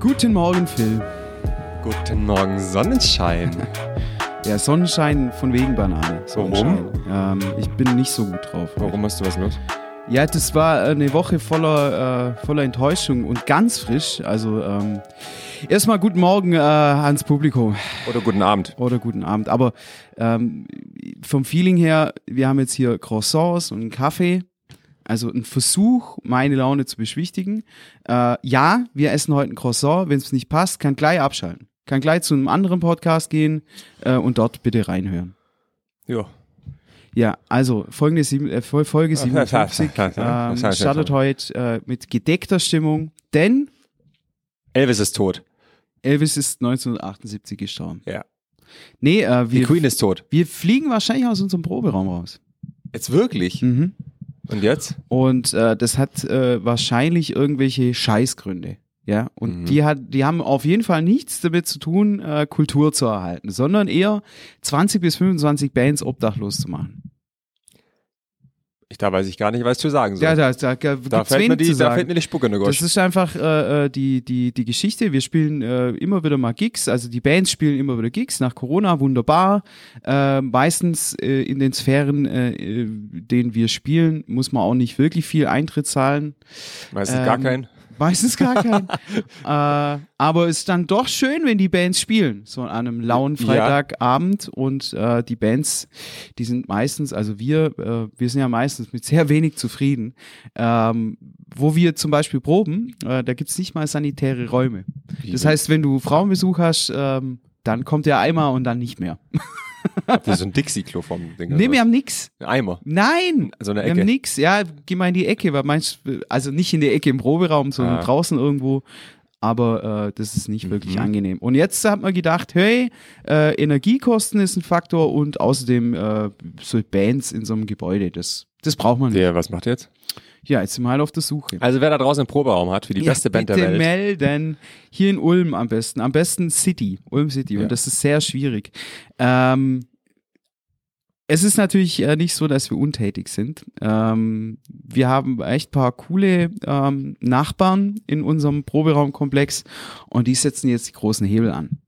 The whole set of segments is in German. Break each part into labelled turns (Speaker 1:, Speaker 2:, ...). Speaker 1: Guten Morgen, Phil.
Speaker 2: Guten Morgen, Sonnenschein.
Speaker 1: Ja, Sonnenschein von wegen Banane. Sonnenschein. Ähm, ich bin nicht so gut drauf. heute.
Speaker 2: Warum hast du was mit?
Speaker 1: Ja, das war äh, eine Woche voller, äh, voller Enttäuschung und ganz frisch. Also ähm, erstmal guten Morgen äh, ans Publikum
Speaker 2: Oder guten Abend.
Speaker 1: oder guten Abend. Aber ähm, vom Feeling her, wir haben jetzt hier Croissants und einen Kaffee. Also ein Versuch, meine Laune zu beschwichtigen. Äh, ja, wir essen heute ein Croissant. Wenn es nicht passt, kann gleich abschalten. Kann gleich zu einem anderen Podcast gehen äh, und dort bitte reinhören.
Speaker 2: Ja.
Speaker 1: Ja, also folgende sieben, äh, Fol- Folge 57 ähm, startet heute äh, mit gedeckter Stimmung, denn
Speaker 2: Elvis ist tot.
Speaker 1: Elvis ist 1978 gestorben.
Speaker 2: Ja.
Speaker 1: Nee, äh,
Speaker 2: Die
Speaker 1: wir,
Speaker 2: Queen ist tot.
Speaker 1: wir fliegen wahrscheinlich aus unserem Proberaum raus.
Speaker 2: Jetzt wirklich?
Speaker 1: Mhm.
Speaker 2: Und jetzt?
Speaker 1: Und äh, das hat äh, wahrscheinlich irgendwelche Scheißgründe. Ja, und
Speaker 2: Mhm.
Speaker 1: die hat, die haben auf jeden Fall nichts damit zu tun, äh, Kultur zu erhalten, sondern eher 20 bis 25 Bands obdachlos zu machen.
Speaker 2: Ich, da weiß ich gar nicht, was ich zu sagen soll.
Speaker 1: Ja, da, da, da,
Speaker 2: Also da,
Speaker 1: gibt's
Speaker 2: fällt mir
Speaker 1: wenig
Speaker 2: die,
Speaker 1: zu
Speaker 2: da
Speaker 1: sagen.
Speaker 2: fällt mir die Spucke in den
Speaker 1: Das
Speaker 2: Gosch.
Speaker 1: ist einfach äh, äh, die, die, die Geschichte. Wir spielen äh, immer wieder mal Gigs, also die Bands spielen immer wieder Gigs nach Corona, wunderbar. Äh, meistens äh, in den Sphären, äh, äh, denen wir spielen, muss man auch nicht wirklich viel Eintritt zahlen.
Speaker 2: Meistens gar
Speaker 1: ähm,
Speaker 2: kein.
Speaker 1: Meistens gar keinen. äh, aber es ist dann doch schön, wenn die Bands spielen, so an einem lauen
Speaker 2: Ja.
Speaker 1: Freitagabend. Und äh, die Bands, die sind meistens, also wir, äh, wir sind ja meistens mit sehr wenig zufrieden. Ähm, wo wir zum Beispiel proben, äh, da gibt's nicht mal sanitäre Räume. Das heißt, wenn du Frauenbesuch hast, ähm, dann kommt der Eimer und dann nicht mehr.
Speaker 2: Habt ihr so ein Dixie-Klo vom Ding?
Speaker 1: Nee, wir
Speaker 2: oder
Speaker 1: haben nix.
Speaker 2: was? Ein Eimer.
Speaker 1: Nein!
Speaker 2: So eine
Speaker 1: Wir haben
Speaker 2: Ecke.
Speaker 1: nix, ja, geh mal in die Ecke, weil meinst, also nicht in der Ecke im Proberaum, sondern
Speaker 2: Ah.
Speaker 1: draußen irgendwo. Aber äh, das ist nicht wirklich
Speaker 2: Mhm.
Speaker 1: angenehm. Und jetzt hat man gedacht, hey, äh, Energiekosten ist ein Faktor und außerdem äh, so Bands in so einem Gebäude, das, das braucht man nicht.
Speaker 2: Der, was macht ihr jetzt?
Speaker 1: Ja, jetzt sind wir halt auf der Suche.
Speaker 2: Also wer da draußen einen Proberaum hat für die
Speaker 1: ja,
Speaker 2: beste Band der
Speaker 1: bitte
Speaker 2: Welt.
Speaker 1: melden. Hier in Ulm am besten. Am besten City. Ulm City.
Speaker 2: Ja.
Speaker 1: Und das ist sehr schwierig. Ähm, es ist natürlich äh, nicht so, dass wir untätig sind. Ähm, wir haben echt paar coole ähm, Nachbarn in unserem Proberaumkomplex und die setzen jetzt die großen Hebel an.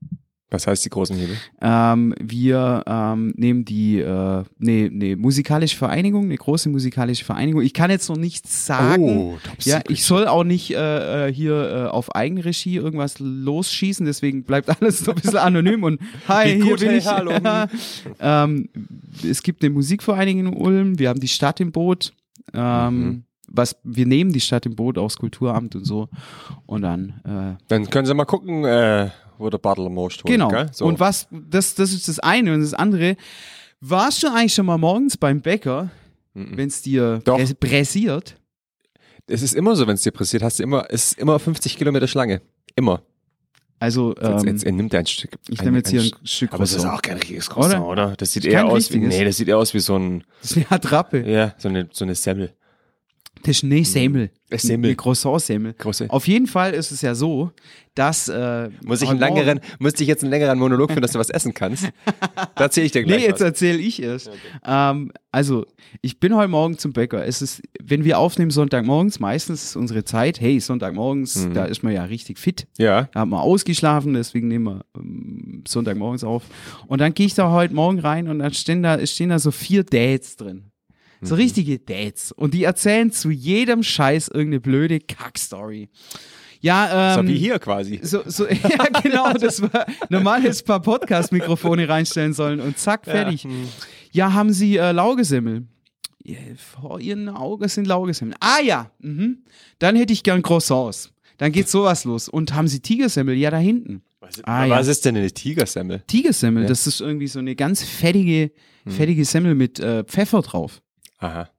Speaker 2: Was heißt die großen Hebel?
Speaker 1: Ähm, wir ähm, nehmen die äh, nee, nee, musikalische Vereinigung, eine große musikalische Vereinigung. Ich kann jetzt noch nichts sagen.
Speaker 2: Oh, top
Speaker 1: Ja,
Speaker 2: secret.
Speaker 1: ich soll auch nicht äh, äh, hier äh, auf Eigenregie irgendwas losschießen, deswegen bleibt alles so ein bisschen anonym und hi,
Speaker 2: Wie
Speaker 1: hier
Speaker 2: gut,
Speaker 1: bin
Speaker 2: hey,
Speaker 1: ich.
Speaker 2: hallo.
Speaker 1: ähm, es gibt eine Musikvereinigung in Ulm, wir haben die Stadt im Boot. Ähm,
Speaker 2: Mhm.
Speaker 1: Was, wir nehmen die Stadt im Boot aufs Kulturamt und so. Und dann, äh,
Speaker 2: Dann können Sie mal gucken, äh, wo der Bartel am Most holt,
Speaker 1: genau.
Speaker 2: Gell? So.
Speaker 1: Und was, das, das ist das eine. Und das andere, warst du eigentlich schon mal morgens beim Bäcker,
Speaker 2: Mhm.
Speaker 1: wenn es dir
Speaker 2: Doch.
Speaker 1: prä- pressiert?
Speaker 2: Es ist immer so, wenn es dir passiert, hast du immer, es ist immer 50 Kilometer Schlange. Immer.
Speaker 1: Also,
Speaker 2: Jetzt,
Speaker 1: ähm,
Speaker 2: jetzt, er nimmt ein Stück.
Speaker 1: ich nehme jetzt hier ein Stück
Speaker 2: Aber es ist
Speaker 1: Croissant.
Speaker 2: auch kein richtiges Croissant, oder? Das sieht
Speaker 1: Ist
Speaker 2: eher
Speaker 1: kein
Speaker 2: aus wie,
Speaker 1: richtiges.
Speaker 2: nee, das sieht eher aus wie so ein,
Speaker 1: Das ist eine Attrappe.
Speaker 2: ja, so eine, so eine Semmel.
Speaker 1: Das ist eine Semmel.
Speaker 2: Eine Äh, Semmel.
Speaker 1: Eine Croissant-Semmel.
Speaker 2: Große.
Speaker 1: Auf jeden Fall ist es ja so, dass. Äh,
Speaker 2: Muss ich
Speaker 1: heute
Speaker 2: einen langeren,
Speaker 1: Morgen-
Speaker 2: musste ich jetzt einen längeren Monolog führen, dass du was essen kannst? Da erzähle ich dir gleich.
Speaker 1: Nee, jetzt
Speaker 2: was.
Speaker 1: erzähle ich es. Ähm, also, ich bin heute Morgen zum Bäcker. Es ist, wenn wir aufnehmen Sonntagmorgens, meistens ist unsere Zeit, hey, Sonntagmorgens,
Speaker 2: Mhm.
Speaker 1: da ist man ja richtig fit.
Speaker 2: Ja.
Speaker 1: Da hat man ausgeschlafen, deswegen nehmen wir ähm, Sonntagmorgens auf. Und dann gehe ich da heute Morgen rein und dann stehen da, stehen da so vier Dates drin. So
Speaker 2: Mhm.
Speaker 1: richtige Dates. Und die erzählen zu jedem Scheiß irgendeine blöde Kackstory. Ja, ähm,
Speaker 2: so wie hier quasi.
Speaker 1: so, so, ja, genau, das war normal jetzt ein paar Podcast-Mikrofone reinstellen sollen und zack, fertig. Ja, haben Sie äh, Laugesemmel? Ja, vor Ihren Augen sind Laugesemmel. Ah ja, mhm. dann hätte ich gern Croissants. Dann geht sowas los. Und haben Sie Tigersemmel? Ja, da hinten.
Speaker 2: Was,
Speaker 1: Ah, ja.
Speaker 2: was ist denn eine Tigersemmel?
Speaker 1: Tigersemmel,
Speaker 2: Ja.
Speaker 1: das ist irgendwie so eine ganz fettige, fettige Semmel mit äh, Pfeffer drauf.
Speaker 2: Aha.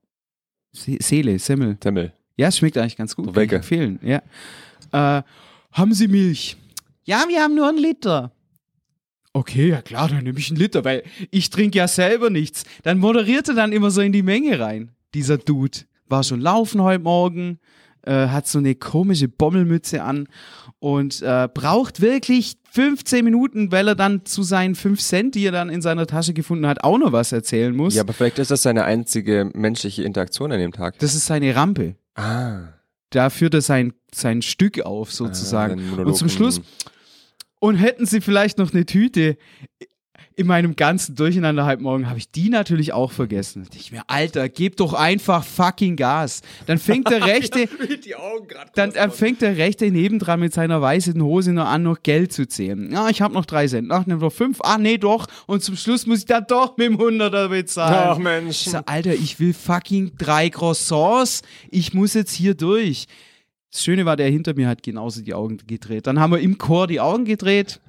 Speaker 1: Se Seele, Semmel.
Speaker 2: Semmel.
Speaker 1: Ja, es schmeckt eigentlich ganz gut.
Speaker 2: So
Speaker 1: Kann ich
Speaker 2: welke.
Speaker 1: empfehlen, ja. Äh, haben Sie Milch? Ja, wir haben nur einen Liter. Okay, ja klar, dann nehme ich einen Liter, weil ich trinke ja selber nichts. Dann moderiert er dann immer so in die Menge rein, dieser Dude. War schon laufen heute Morgen, äh, hat so eine komische Bommelmütze an und äh, braucht wirklich 15 Minuten, weil er dann zu seinen 5 Cent, die er dann in seiner Tasche gefunden hat, auch noch was erzählen muss.
Speaker 2: Ja, aber vielleicht ist das seine einzige menschliche Interaktion an dem Tag.
Speaker 1: Das ist seine Rampe.
Speaker 2: Ah.
Speaker 1: da führt er sein, sein Stück auf sozusagen.
Speaker 2: Ah, den
Speaker 1: und zum
Speaker 2: Monologen.
Speaker 1: Schluss, und hätten sie vielleicht noch eine Tüte, in meinem ganzen Durcheinander heute Morgen habe ich die natürlich auch vergessen. Da dachte Ich mir, Alter, gib doch einfach fucking Gas. Dann fängt der Rechte,
Speaker 2: Die Augen gerade.
Speaker 1: dann äh, fängt der Rechte nebendran mit seiner weißen Hose nur an, noch Geld zu zählen. Ja, ich habe noch drei Cent. Ach, nimm doch fünf. Ah, nee, doch. Und zum Schluss muss ich dann doch mit dem Hunderter bezahlen.
Speaker 2: Ach Mensch.
Speaker 1: Ich sag, Alter, ich will fucking drei Croissants. Ich muss jetzt hier durch. Das Schöne war, der hinter mir hat genauso die Augen gedreht. Dann haben wir im Chor die Augen gedreht.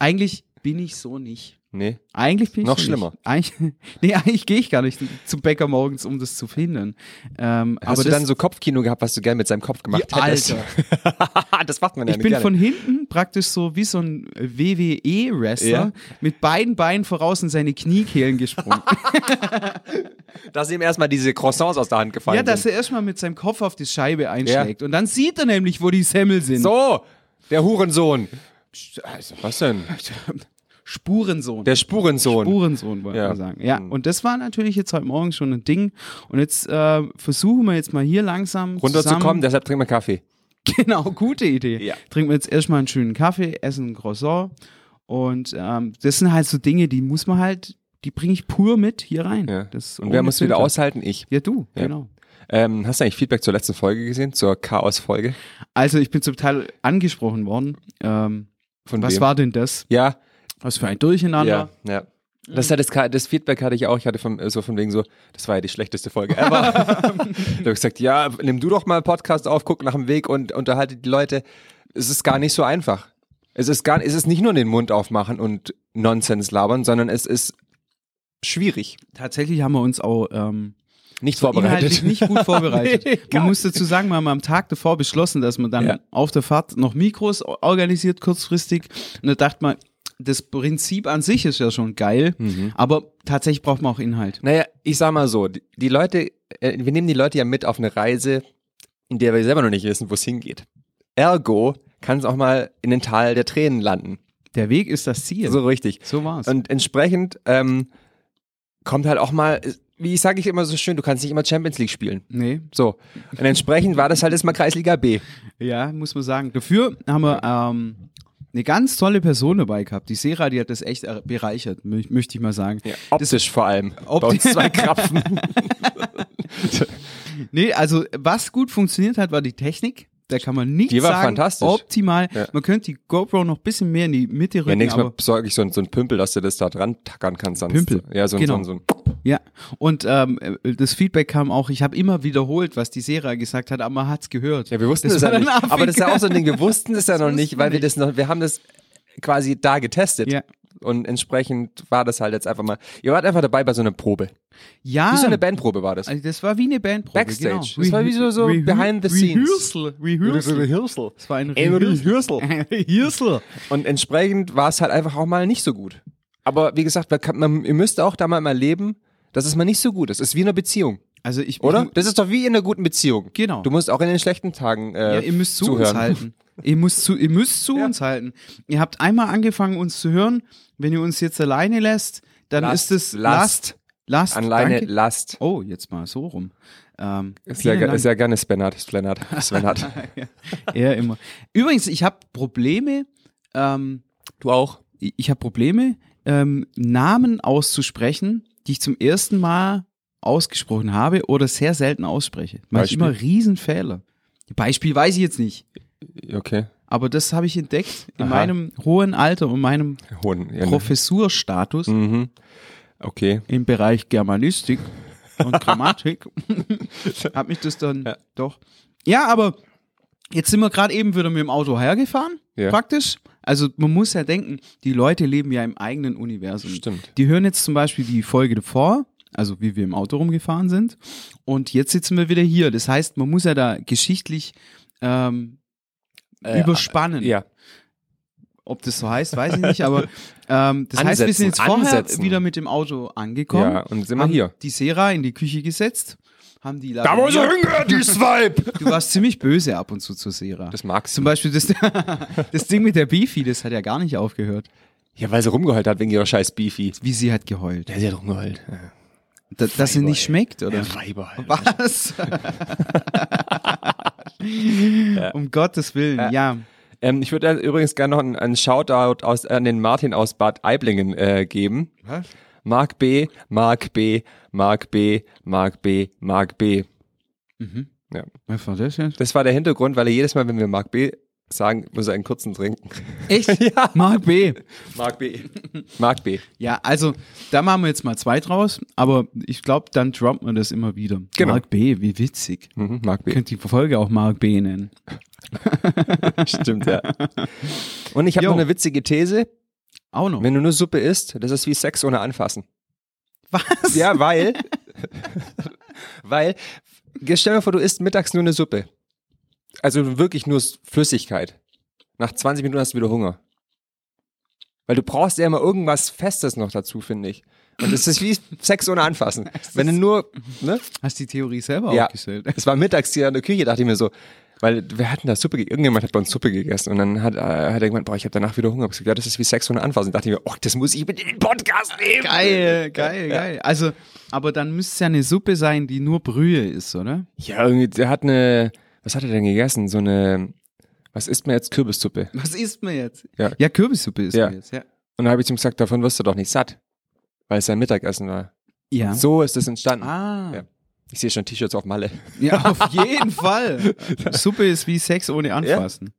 Speaker 1: Eigentlich bin ich so nicht.
Speaker 2: Nee.
Speaker 1: Eigentlich bin ich
Speaker 2: Noch
Speaker 1: so
Speaker 2: schlimmer.
Speaker 1: Nicht. Eigentlich, nee, eigentlich gehe ich gar nicht zum Bäcker morgens, um das zu finden. Ähm,
Speaker 2: Hast
Speaker 1: aber
Speaker 2: du
Speaker 1: das,
Speaker 2: dann so Kopfkino gehabt, was du gern mit seinem Kopf gemacht
Speaker 1: Ja,
Speaker 2: hättest? Alter. das macht man ja
Speaker 1: ich
Speaker 2: nicht
Speaker 1: bin
Speaker 2: gerne.
Speaker 1: von hinten praktisch so wie so ein WWE-Wrestler
Speaker 2: Ja.
Speaker 1: mit beiden Beinen voraus in seine Kniekehlen gesprungen.
Speaker 2: dass ihm erstmal diese Croissants aus der Hand gefallen
Speaker 1: ja, dass
Speaker 2: sind.
Speaker 1: er erstmal mit seinem Kopf auf die Scheibe einschlägt. Und dann sieht er nämlich, wo die Semmel sind.
Speaker 2: So, der Hurensohn.
Speaker 1: also.
Speaker 2: Was denn?
Speaker 1: Spurensohn.
Speaker 2: Der Spurensohn.
Speaker 1: Spurensohn, wollte
Speaker 2: Ja. Hm.
Speaker 1: man sagen. Ja, und das war natürlich jetzt heute Morgen schon ein Ding. Und jetzt äh, versuchen wir jetzt mal hier langsam
Speaker 2: Runterzukommen,
Speaker 1: zusammen-
Speaker 2: deshalb trinken wir Kaffee.
Speaker 1: Genau, gute Idee.
Speaker 2: Ja.
Speaker 1: Trinken wir jetzt erstmal einen schönen Kaffee, essen ein Croissant. Und ähm, das sind halt so Dinge, die muss man halt, die bringe ich pur mit hier rein.
Speaker 2: Ja.
Speaker 1: Das
Speaker 2: Und wer
Speaker 1: ohne
Speaker 2: muss wieder
Speaker 1: Filter.
Speaker 2: aushalten? Ich.
Speaker 1: Ja, du, genau.
Speaker 2: Ähm, hast du eigentlich Feedback zur letzten Folge gesehen? Zur Chaos-Folge?
Speaker 1: Also ich bin zum Teil angesprochen worden. Ähm,
Speaker 2: Von
Speaker 1: was
Speaker 2: wem?
Speaker 1: war denn das?
Speaker 2: Ja,
Speaker 1: Was für ein Durcheinander?
Speaker 2: ja, ja. Das,
Speaker 1: Mhm.
Speaker 2: hat das, Ka- das Feedback hatte ich auch. Ich hatte von, so von wegen so, das war ja die schlechteste Folge ever. da habe ich gesagt, ja, nimm du doch mal einen Podcast auf, guck nach dem Weg und unterhalte die Leute. Es ist gar nicht so einfach. Es ist, gar, es ist nicht nur den Mund aufmachen und Nonsens labern, sondern es ist schwierig.
Speaker 1: Tatsächlich haben wir uns auch ähm,
Speaker 2: Nicht
Speaker 1: inhaltlich
Speaker 2: vorbereitet.
Speaker 1: nicht gut vorbereitet.
Speaker 2: Nee, gar
Speaker 1: man muss dazu sagen, wir haben am Tag davor beschlossen, dass man dann
Speaker 2: Ja.
Speaker 1: auf der Fahrt noch Mikros o- organisiert, kurzfristig. Und da dachte man, das Prinzip an sich ist ja schon geil,
Speaker 2: Mhm.
Speaker 1: aber tatsächlich braucht man auch Inhalt.
Speaker 2: Naja, ich sag mal so, die, die Leute, äh, wir nehmen die Leute ja mit auf eine Reise, in der wir selber noch nicht wissen, wo es hingeht. Ergo kann es auch mal in den Tal der Tränen landen.
Speaker 1: Der Weg ist das Ziel. So,
Speaker 2: So richtig.
Speaker 1: war's.
Speaker 2: Und entsprechend ähm, kommt halt auch mal, wie sage ich immer so schön, du kannst nicht immer Champions League spielen.
Speaker 1: nee,
Speaker 2: So. Und entsprechend war das halt jetzt mal Kreisliga B.
Speaker 1: ja, muss man sagen. Dafür haben wir ähm, eine ganz tolle Person dabei gehabt. Die Sera, die hat das echt äh, bereichert, mö- möchte ich mal sagen.
Speaker 2: Optisch vor allem. Bei uns zwei Krapfen.
Speaker 1: Nee, also was gut funktioniert hat, war die Technik. Da kann man nicht
Speaker 2: Die war
Speaker 1: sagen,
Speaker 2: fantastisch.
Speaker 1: optimal.
Speaker 2: Ja.
Speaker 1: Man könnte die GoPro noch ein bisschen mehr in die Mitte rücken.
Speaker 2: ja, nächstes Mal
Speaker 1: aber,
Speaker 2: besorge ich so, ein- so ein Pümpel, dass du das da dran tackern kannst. Sonst.
Speaker 1: Pümpel.
Speaker 2: Ja, so ein,
Speaker 1: Genau.
Speaker 2: so ein,
Speaker 1: ja. und ähm, äh, das Feedback kam auch, ich habe immer wiederholt, was die Sera gesagt hat, aber man hat's gehört.
Speaker 2: Ja, wir wussten das,
Speaker 1: war
Speaker 2: ja
Speaker 1: dann
Speaker 2: nicht. Aber das ist ja auch so ein Ding, wir wussten das ja noch
Speaker 1: wussten
Speaker 2: nicht, weil
Speaker 1: wir
Speaker 2: wir das noch, wir haben das quasi da getestet.
Speaker 1: Ja.
Speaker 2: Und entsprechend war das halt jetzt einfach mal. Ihr wart einfach dabei bei so einer Probe.
Speaker 1: Ja,
Speaker 2: Wie
Speaker 1: Ah.
Speaker 2: so eine Bandprobe war das.
Speaker 1: also das war wie eine Bandprobe.
Speaker 2: Backstage.
Speaker 1: Genau.
Speaker 2: Das war wie so- so behind the scenes.
Speaker 1: Rehearsal. Rehearsal.
Speaker 2: Rehearsal.
Speaker 1: Das war ein
Speaker 2: Ein Rehearsal.
Speaker 1: Rehearsal.
Speaker 2: Und entsprechend war es halt einfach auch mal nicht so gut. Aber wie gesagt, man kann, man, ihr müsst auch da mal erleben, dass es mal nicht so gut ist. Es ist wie in einer Beziehung,
Speaker 1: Also ich,
Speaker 2: oder? Das ist doch wie in einer guten Beziehung.
Speaker 1: Genau.
Speaker 2: Du musst auch in den schlechten Tagen äh,
Speaker 1: Ja, ihr müsst zu
Speaker 2: zuhören.
Speaker 1: uns halten. Ihr müsst zu, ihr müsst zu uns halten. Ihr habt einmal angefangen, uns zu hören. Wenn ihr uns jetzt alleine lässt, dann
Speaker 2: Last,
Speaker 1: ist es
Speaker 2: Last.
Speaker 1: Last.
Speaker 2: Alleine
Speaker 1: danke.
Speaker 2: Last.
Speaker 1: Oh, jetzt mal so rum. Ähm,
Speaker 2: Sehr,
Speaker 1: vielen
Speaker 2: ge-
Speaker 1: Dank.
Speaker 2: sehr gerne Spenat. Spenat. Spenat.
Speaker 1: ja, immer. Übrigens, ich habe Probleme. Ähm,
Speaker 2: Du auch?
Speaker 1: ich ich habe Probleme, ähm, Namen auszusprechen, die ich zum ersten Mal ausgesprochen habe oder sehr selten ausspreche. Mache ich
Speaker 2: Beispiel?
Speaker 1: immer Riesenfehler. Beispiel weiß ich jetzt nicht.
Speaker 2: Okay.
Speaker 1: Aber das habe ich entdeckt in
Speaker 2: Aha.
Speaker 1: meinem hohen Alter und meinem
Speaker 2: Hohen. Ja, ne?
Speaker 1: Professurstatus
Speaker 2: mhm. Okay.
Speaker 1: im Bereich Germanistik und Grammatik. hat mich das dann doch. Ja, aber jetzt sind wir gerade eben wieder mit dem Auto hergefahren,
Speaker 2: Ja.
Speaker 1: praktisch. Also man muss ja denken, die Leute leben ja im eigenen Universum.
Speaker 2: Stimmt.
Speaker 1: Die hören jetzt zum Beispiel die Folge davor, also wie wir im Auto rumgefahren sind. Und jetzt sitzen wir wieder hier. Das heißt, man muss ja da geschichtlich ähm, überspannen.
Speaker 2: Ja.
Speaker 1: Ob das so heißt, weiß ich nicht, aber ähm, das heißt, wir
Speaker 2: Ansetzen,
Speaker 1: sind jetzt vorher
Speaker 2: ansetzen.
Speaker 1: wieder mit dem Auto angekommen.
Speaker 2: Ja, und sind wir
Speaker 1: haben
Speaker 2: hier.
Speaker 1: Die Sera in die Küche gesetzt, haben die
Speaker 2: Da wo sie
Speaker 1: laboriert.
Speaker 2: hingehört, die Swipe!
Speaker 1: Du warst ziemlich böse ab und zu zu Sera.
Speaker 2: Das magst
Speaker 1: Zum
Speaker 2: du.
Speaker 1: Beispiel das, das Ding mit der Beefy, das hat ja gar nicht aufgehört,
Speaker 2: Ja, weil sie rumgeheult hat wegen ihrer scheiß Beefy.
Speaker 1: wie sie hat geheult.
Speaker 2: Ja, sie hat rumgeheult.
Speaker 1: Da, dass sie
Speaker 2: Freiburg,
Speaker 1: nicht
Speaker 2: ey.
Speaker 1: schmeckt, oder?
Speaker 2: Weiber.
Speaker 1: Was? Um Gottes Willen, ja.
Speaker 2: Ähm, ich würde übrigens gerne noch einen, einen Shoutout aus, äh, an den Martin aus Bad Aiblingen äh, geben.
Speaker 1: Was?
Speaker 2: Mark B, Mark B, Mark B, Mark B, Mark B.
Speaker 1: Was war das jetzt?
Speaker 2: Das war der Hintergrund, weil er jedes Mal, wenn wir Mark B sagen, muss er einen kurzen trinken.
Speaker 1: Echt? ja. Mark B.
Speaker 2: Mark B. Mark B.
Speaker 1: Ja, also da machen wir jetzt mal zwei draus, aber ich glaube, dann droppt man das immer wieder.
Speaker 2: Genau.
Speaker 1: Mark B, wie witzig.
Speaker 2: Mhm, Mark B.
Speaker 1: Könnt die Folge auch Mark B nennen.
Speaker 2: Stimmt, ja. Und ich habe
Speaker 1: Jo.
Speaker 2: noch eine witzige These.
Speaker 1: Auch noch.
Speaker 2: Wenn du nur Suppe isst, das ist wie Sex ohne Anfassen.
Speaker 1: Was?
Speaker 2: Ja, weil. weil. Stell dir vor, du isst mittags nur eine Suppe. Also wirklich nur Flüssigkeit. Nach 20 Minuten hast du wieder Hunger. Weil du brauchst ja immer irgendwas Festes noch dazu, finde ich. Und es ist wie Sex ohne Anfassen. Wenn du nur, ne?
Speaker 1: Hast die Theorie selber
Speaker 2: Ja.
Speaker 1: aufgestellt?
Speaker 2: Es war mittags hier in der Küche, dachte ich mir so, weil wir hatten da Suppe, ge- irgendjemand hat bei uns Suppe gegessen und dann hat, äh, hat er gemeint, boah, ich habe danach wieder Hunger. Ich hab gesagt, ja, das ist wie Sex ohne Anfassen. Dachte ich mir, oh, das muss ich mit in den Podcast nehmen.
Speaker 1: Ah, Geil, geil, geil. Also, aber dann müsste es ja eine Suppe sein, die nur Brühe ist, oder?
Speaker 2: Ja, irgendwie, der hat eine, was hat er denn gegessen? So eine, was isst man jetzt? Kürbissuppe.
Speaker 1: Was isst man jetzt?
Speaker 2: Ja.
Speaker 1: ja Kürbissuppe isst
Speaker 2: Ja.
Speaker 1: man jetzt, ja.
Speaker 2: Und da habe ich ihm gesagt, davon wirst du doch nicht satt, weil es sein Mittagessen war.
Speaker 1: Ja.
Speaker 2: So ist das entstanden.
Speaker 1: Ah,
Speaker 2: Ja. Ich sehe schon T-Shirts auf Malle.
Speaker 1: ja, auf jeden Fall. Suppe ist wie Sex ohne Anfassen.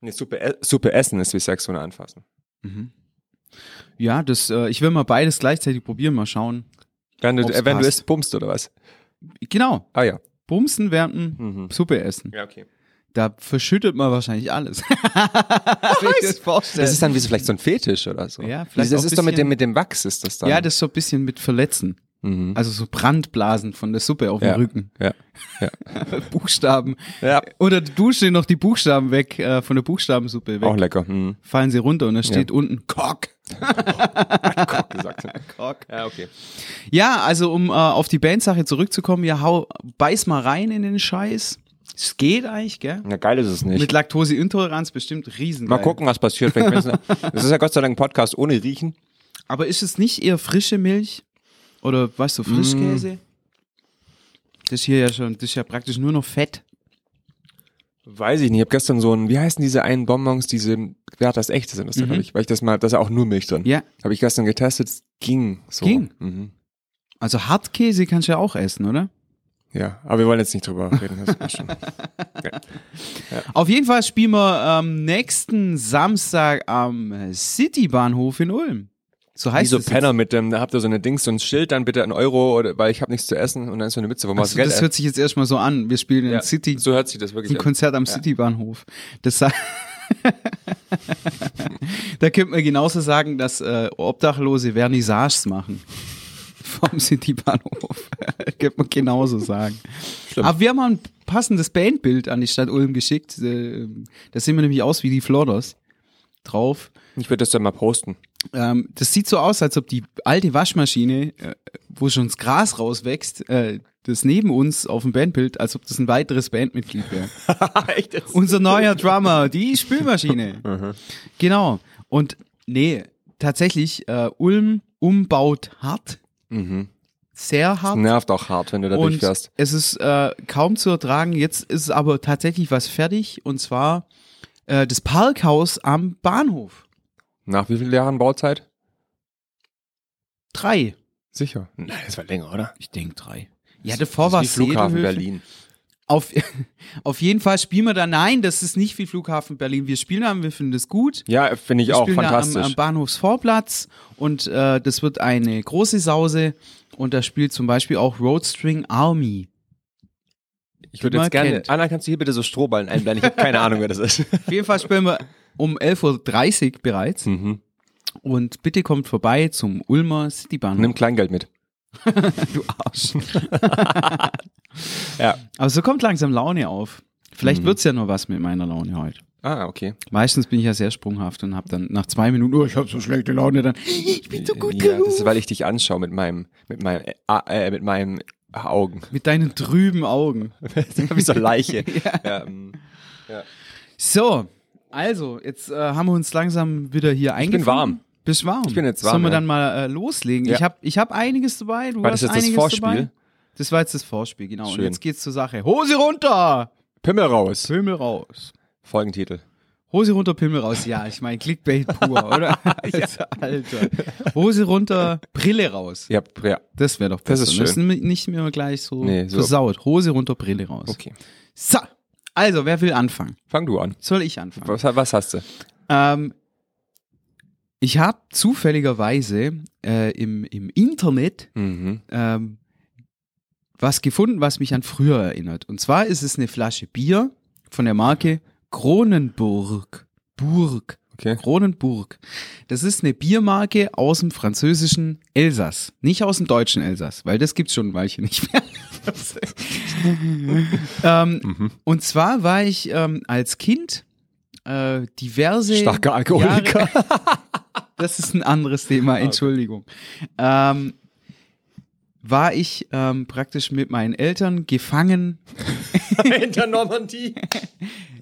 Speaker 2: Nee, Suppe, e Suppe essen ist wie Sex ohne Anfassen.
Speaker 1: Mhm. Ja, das, äh, ich will mal beides gleichzeitig probieren, mal schauen.
Speaker 2: Wenn du,
Speaker 1: Ob's
Speaker 2: äh, wenn du
Speaker 1: passt.
Speaker 2: isst, bummst oder was?
Speaker 1: Genau,
Speaker 2: Ah ja.
Speaker 1: Bumsen, Wärmen,
Speaker 2: Mhm.
Speaker 1: Suppe essen.
Speaker 2: Ja, okay.
Speaker 1: Da verschüttet man wahrscheinlich alles. Wenn ich das vorstelle.
Speaker 2: Das ist halt dann wie so vielleicht so ein Fetisch oder so.
Speaker 1: Äh, Ja, vielleicht
Speaker 2: Das
Speaker 1: auch
Speaker 2: ist doch mit
Speaker 1: bisschen-
Speaker 2: dem, mit dem Wachs ist das dann.
Speaker 1: ja, das ist so ein bisschen mit Verletzen.
Speaker 2: Mhm.
Speaker 1: Also so Brandblasen von der Suppe auf dem
Speaker 2: Ja.
Speaker 1: Rücken.
Speaker 2: Ja.
Speaker 1: Buchstaben.
Speaker 2: Ja.
Speaker 1: Oder du duschst dir noch die Buchstaben weg, äh, von der Buchstabensuppe weg.
Speaker 2: Auch lecker. Mhm.
Speaker 1: Fallen sie runter und da steht unten Kork.
Speaker 2: Koch gesagt.
Speaker 1: Kork.
Speaker 2: ja, okay.
Speaker 1: Ja, also um äh, auf die Bandsache zurückzukommen, ja, hau, beiß mal rein in den Scheiß. Es geht eigentlich, gell?
Speaker 2: Na, geil ist es nicht.
Speaker 1: Mit Laktoseintoleranz bestimmt riesen.
Speaker 2: Mal gucken, was passiert. Vielleicht wenn's- Das ist ja Gott sei Dank ein Podcast ohne Riechen.
Speaker 1: Aber ist es nicht eher frische Milch? Oder weißt du,
Speaker 2: Mm.
Speaker 1: Frischkäse? Das ist hier ja schon, das ist ja praktisch nur noch Fett.
Speaker 2: Weiß ich nicht. Ich habe gestern so ein, wie heißen diese einen Bonbons, diese, wer hat das echte sind das, mhm. ich, weil ich das mal, da ist ja auch nur Milch drin.
Speaker 1: Ja.
Speaker 2: Habe ich gestern getestet, es ging so.
Speaker 1: Ging?
Speaker 2: Mhm.
Speaker 1: Also Hartkäse kannst du ja auch essen, oder?
Speaker 2: Ja, aber wir wollen jetzt nicht drüber reden. Das passt schon.
Speaker 1: Auf jeden Fall spielen wir am nächsten Samstag am Citybahnhof in Ulm. So
Speaker 2: Wie
Speaker 1: heißt
Speaker 2: so
Speaker 1: es.
Speaker 2: Penner
Speaker 1: jetzt.
Speaker 2: mit dem, da habt ihr so eine Dings, so ein Schild, dann bitte einen Euro, oder, weil ich habe nichts zu essen und dann ist so eine Mütze, wo man
Speaker 1: Also, das
Speaker 2: Geld
Speaker 1: hört sich jetzt erstmal so an. Wir spielen in
Speaker 2: Ja,
Speaker 1: City,
Speaker 2: So hört sich das wirklich
Speaker 1: ein
Speaker 2: an.
Speaker 1: Konzert am Citybahnhof. Das sa- da könnte man genauso sagen, dass äh, Obdachlose Vernissages machen. Vom Citybahnhof. könnte man genauso sagen.
Speaker 2: Stimmt.
Speaker 1: Aber wir haben mal ein passendes Bandbild an die Stadt Ulm geschickt. Äh, Da sehen wir nämlich aus wie die Flodders drauf.
Speaker 2: Ich würde das dann mal posten.
Speaker 1: Ähm, das sieht so aus, als ob die alte Waschmaschine, äh, wo schon das Gras rauswächst, äh, das neben uns auf dem Bandbild, als ob das ein weiteres Bandmitglied wäre.
Speaker 2: Echt jetzt?
Speaker 1: Unser neuer Drummer, die Spülmaschine. genau. Und nee, tatsächlich, äh, Ulm umbaut hart,
Speaker 2: Mhm.
Speaker 1: sehr hart.
Speaker 2: Nervt auch hart, wenn du da
Speaker 1: Und
Speaker 2: durchfährst.
Speaker 1: es ist äh, kaum zu ertragen. Jetzt ist aber tatsächlich was fertig und zwar äh, das Parkhaus am Bahnhof.
Speaker 2: Nach wie vielen Jahren Bauzeit?
Speaker 1: Drei.
Speaker 2: Sicher. Nein, das war länger, oder?
Speaker 1: Ich denke drei. Ja, davor war
Speaker 2: wie
Speaker 1: es
Speaker 2: Flughafen
Speaker 1: Sedelhöfe.
Speaker 2: Berlin.
Speaker 1: Auf, auf jeden Fall spielen wir da. Nein, das ist nicht wie Flughafen Berlin. Wir spielen da, wir finden das gut.
Speaker 2: Ja, finde ich
Speaker 1: Wir
Speaker 2: auch
Speaker 1: spielen
Speaker 2: fantastisch.
Speaker 1: da am, am Bahnhofsvorplatz und äh, das wird eine große Sause. Und da spielt zum Beispiel auch Roadstring Army.
Speaker 2: ich würde
Speaker 1: man
Speaker 2: jetzt gerne.
Speaker 1: kennt.
Speaker 2: Anna, kannst du hier bitte so Strohballen einblenden? Ich habe keine Ahnung, wer das ist.
Speaker 1: Auf jeden Fall spielen wir um 11.30 Uhr bereits.
Speaker 2: Mhm.
Speaker 1: Und bitte kommt vorbei zum Ulmer Citybahnhof.
Speaker 2: Nimm Kleingeld mit.
Speaker 1: Du Arsch.
Speaker 2: Ja.
Speaker 1: Aber Also so kommt langsam Laune auf.
Speaker 2: Mhm.
Speaker 1: Vielleicht wird's ja nur was mit meiner Laune heute.
Speaker 2: Ah, okay.
Speaker 1: Meistens bin ich ja sehr sprunghaft und habe dann nach zwei Minuten, oh, ich habe so schlechte Laune, dann ich bin so gut
Speaker 2: Äh, ja,
Speaker 1: gelaunt.
Speaker 2: das ist, weil ich dich anschaue mit meinem, mit meinem, äh, äh, mit meinen Augen.
Speaker 1: Mit deinen trüben Augen.
Speaker 2: Wie so Leiche. ja. ähm,
Speaker 1: So, also, jetzt äh, haben wir uns langsam wieder hier eingefunden.
Speaker 2: warm.
Speaker 1: Bist warm. Ich
Speaker 2: bin jetzt warm,
Speaker 1: Sollen wir
Speaker 2: ja.
Speaker 1: dann mal äh, loslegen?
Speaker 2: Ja.
Speaker 1: Ich habe ich hab einiges dabei. Du
Speaker 2: war das
Speaker 1: hast
Speaker 2: jetzt das
Speaker 1: einiges
Speaker 2: Vorspiel?
Speaker 1: dabei. Das war jetzt das Vorspiel, genau. Und
Speaker 2: Schön.
Speaker 1: jetzt geht's zur Sache. Hose runter!
Speaker 2: Pimmel raus.
Speaker 1: Pimmel raus.
Speaker 2: Folgentitel.
Speaker 1: Hose runter, Pimmel raus. Ja, ich meine, Clickbait pur, oder? Also, Alter. Hose runter, Brille raus.
Speaker 2: Ja, ja.
Speaker 1: Das wäre doch
Speaker 2: Das
Speaker 1: besser.
Speaker 2: ist schön.
Speaker 1: Müssen wir nicht mehr gleich so,
Speaker 2: Nee, so-
Speaker 1: versaut. Hose runter, Brille raus.
Speaker 2: Okay.
Speaker 1: So, also, wer will anfangen?
Speaker 2: Fang du an.
Speaker 1: Soll ich anfangen?
Speaker 2: Was, was hast du?
Speaker 1: Ähm, ich habe zufälligerweise äh, im, im Internet
Speaker 2: Mhm.
Speaker 1: ähm, was gefunden, was mich an früher erinnert. Und zwar ist es eine Flasche Bier von der Marke Kronenburg. Burg.
Speaker 2: Okay.
Speaker 1: Kronenburg. Das ist eine Biermarke aus dem französischen Elsass. Nicht aus dem deutschen Elsass, weil das gibt's schon ein Weilchen nicht mehr. ähm, Und zwar war ich ähm, als Kind äh, diverse
Speaker 2: Starker Alkoholiker.
Speaker 1: Jahre, das ist ein anderes
Speaker 2: Ah,
Speaker 1: Thema, Entschuldigung. Ähm, war ich ähm, praktisch mit meinen Eltern gefangen
Speaker 2: in der Normandie.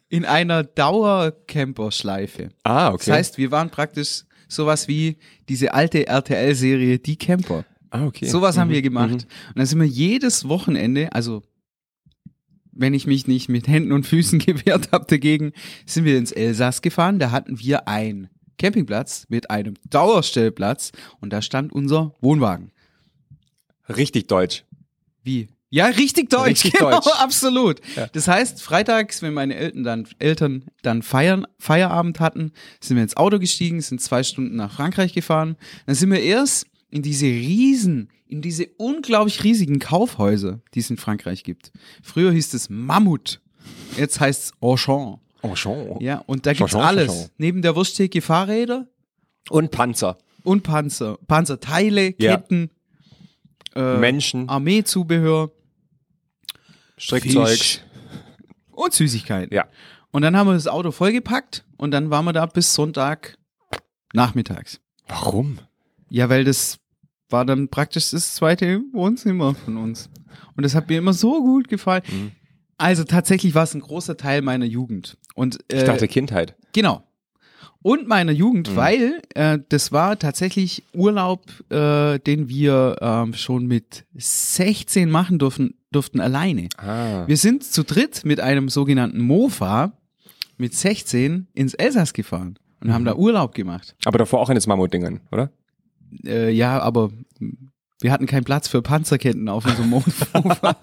Speaker 1: in einer Dauercamper-Schleife.
Speaker 2: Ah, okay.
Speaker 1: Das heißt, wir waren praktisch sowas wie diese alte RTL-Serie Die Camper.
Speaker 2: ah, okay. Mhm.
Speaker 1: Sowas haben wir gemacht. Und dann sind wir jedes Wochenende, also wenn ich mich nicht mit Händen und Füßen gewehrt habe dagegen, sind wir ins Elsass gefahren. Da hatten wir einen Campingplatz mit einem Dauerstellplatz und da stand unser Wohnwagen.
Speaker 2: Mhm. Richtig deutsch.
Speaker 1: Wie? Ja, richtig deutsch,
Speaker 2: Richtig
Speaker 1: genau,
Speaker 2: deutsch.
Speaker 1: absolut.
Speaker 2: Ja.
Speaker 1: Das heißt, freitags, wenn meine Eltern dann, Eltern dann feiern, Feierabend hatten, sind wir ins Auto gestiegen, sind zwei Stunden nach Frankreich gefahren. Dann sind wir erst in diese riesen, in diese unglaublich riesigen Kaufhäuser, die es in Frankreich gibt. Früher hieß es Mammut, jetzt heißt es Auchan.
Speaker 2: Oh, schon.
Speaker 1: Ja, und da gibt's
Speaker 2: Auchan, Auchan.
Speaker 1: alles. Neben der Wursttheke Fahrräder,
Speaker 2: Und Panzer.
Speaker 1: und Panzer. Panzerteile,
Speaker 2: Ja.
Speaker 1: Ketten, äh,
Speaker 2: Menschen.
Speaker 1: Armeezubehör
Speaker 2: Strickzeug.
Speaker 1: Fisch. und Süßigkeiten.
Speaker 2: Ja.
Speaker 1: Und dann haben wir das Auto vollgepackt und dann waren wir da bis Sonntag nachmittags.
Speaker 2: Warum?
Speaker 1: Ja, weil das war dann praktisch das zweite Wohnzimmer von uns. Und das hat mir immer so gut gefallen.
Speaker 2: Mhm.
Speaker 1: Also tatsächlich war es ein großer Teil meiner Jugend. Und, äh,
Speaker 2: Ich dachte Mhm. Kindheit.
Speaker 1: Genau. Und meiner Jugend, weil äh, das war tatsächlich Urlaub, äh, den wir ähm, schon mit 16 machen durften, durften alleine.
Speaker 2: Ah.
Speaker 1: Wir sind zu dritt mit einem sogenannten Mofa mit 16 ins Elsass gefahren und
Speaker 2: Mhm.
Speaker 1: haben da Urlaub gemacht.
Speaker 2: Aber davor auch eines Mammutdingern, oder?
Speaker 1: Äh, ja, aber wir hatten keinen Platz für Panzerketten auf unserem Mofa.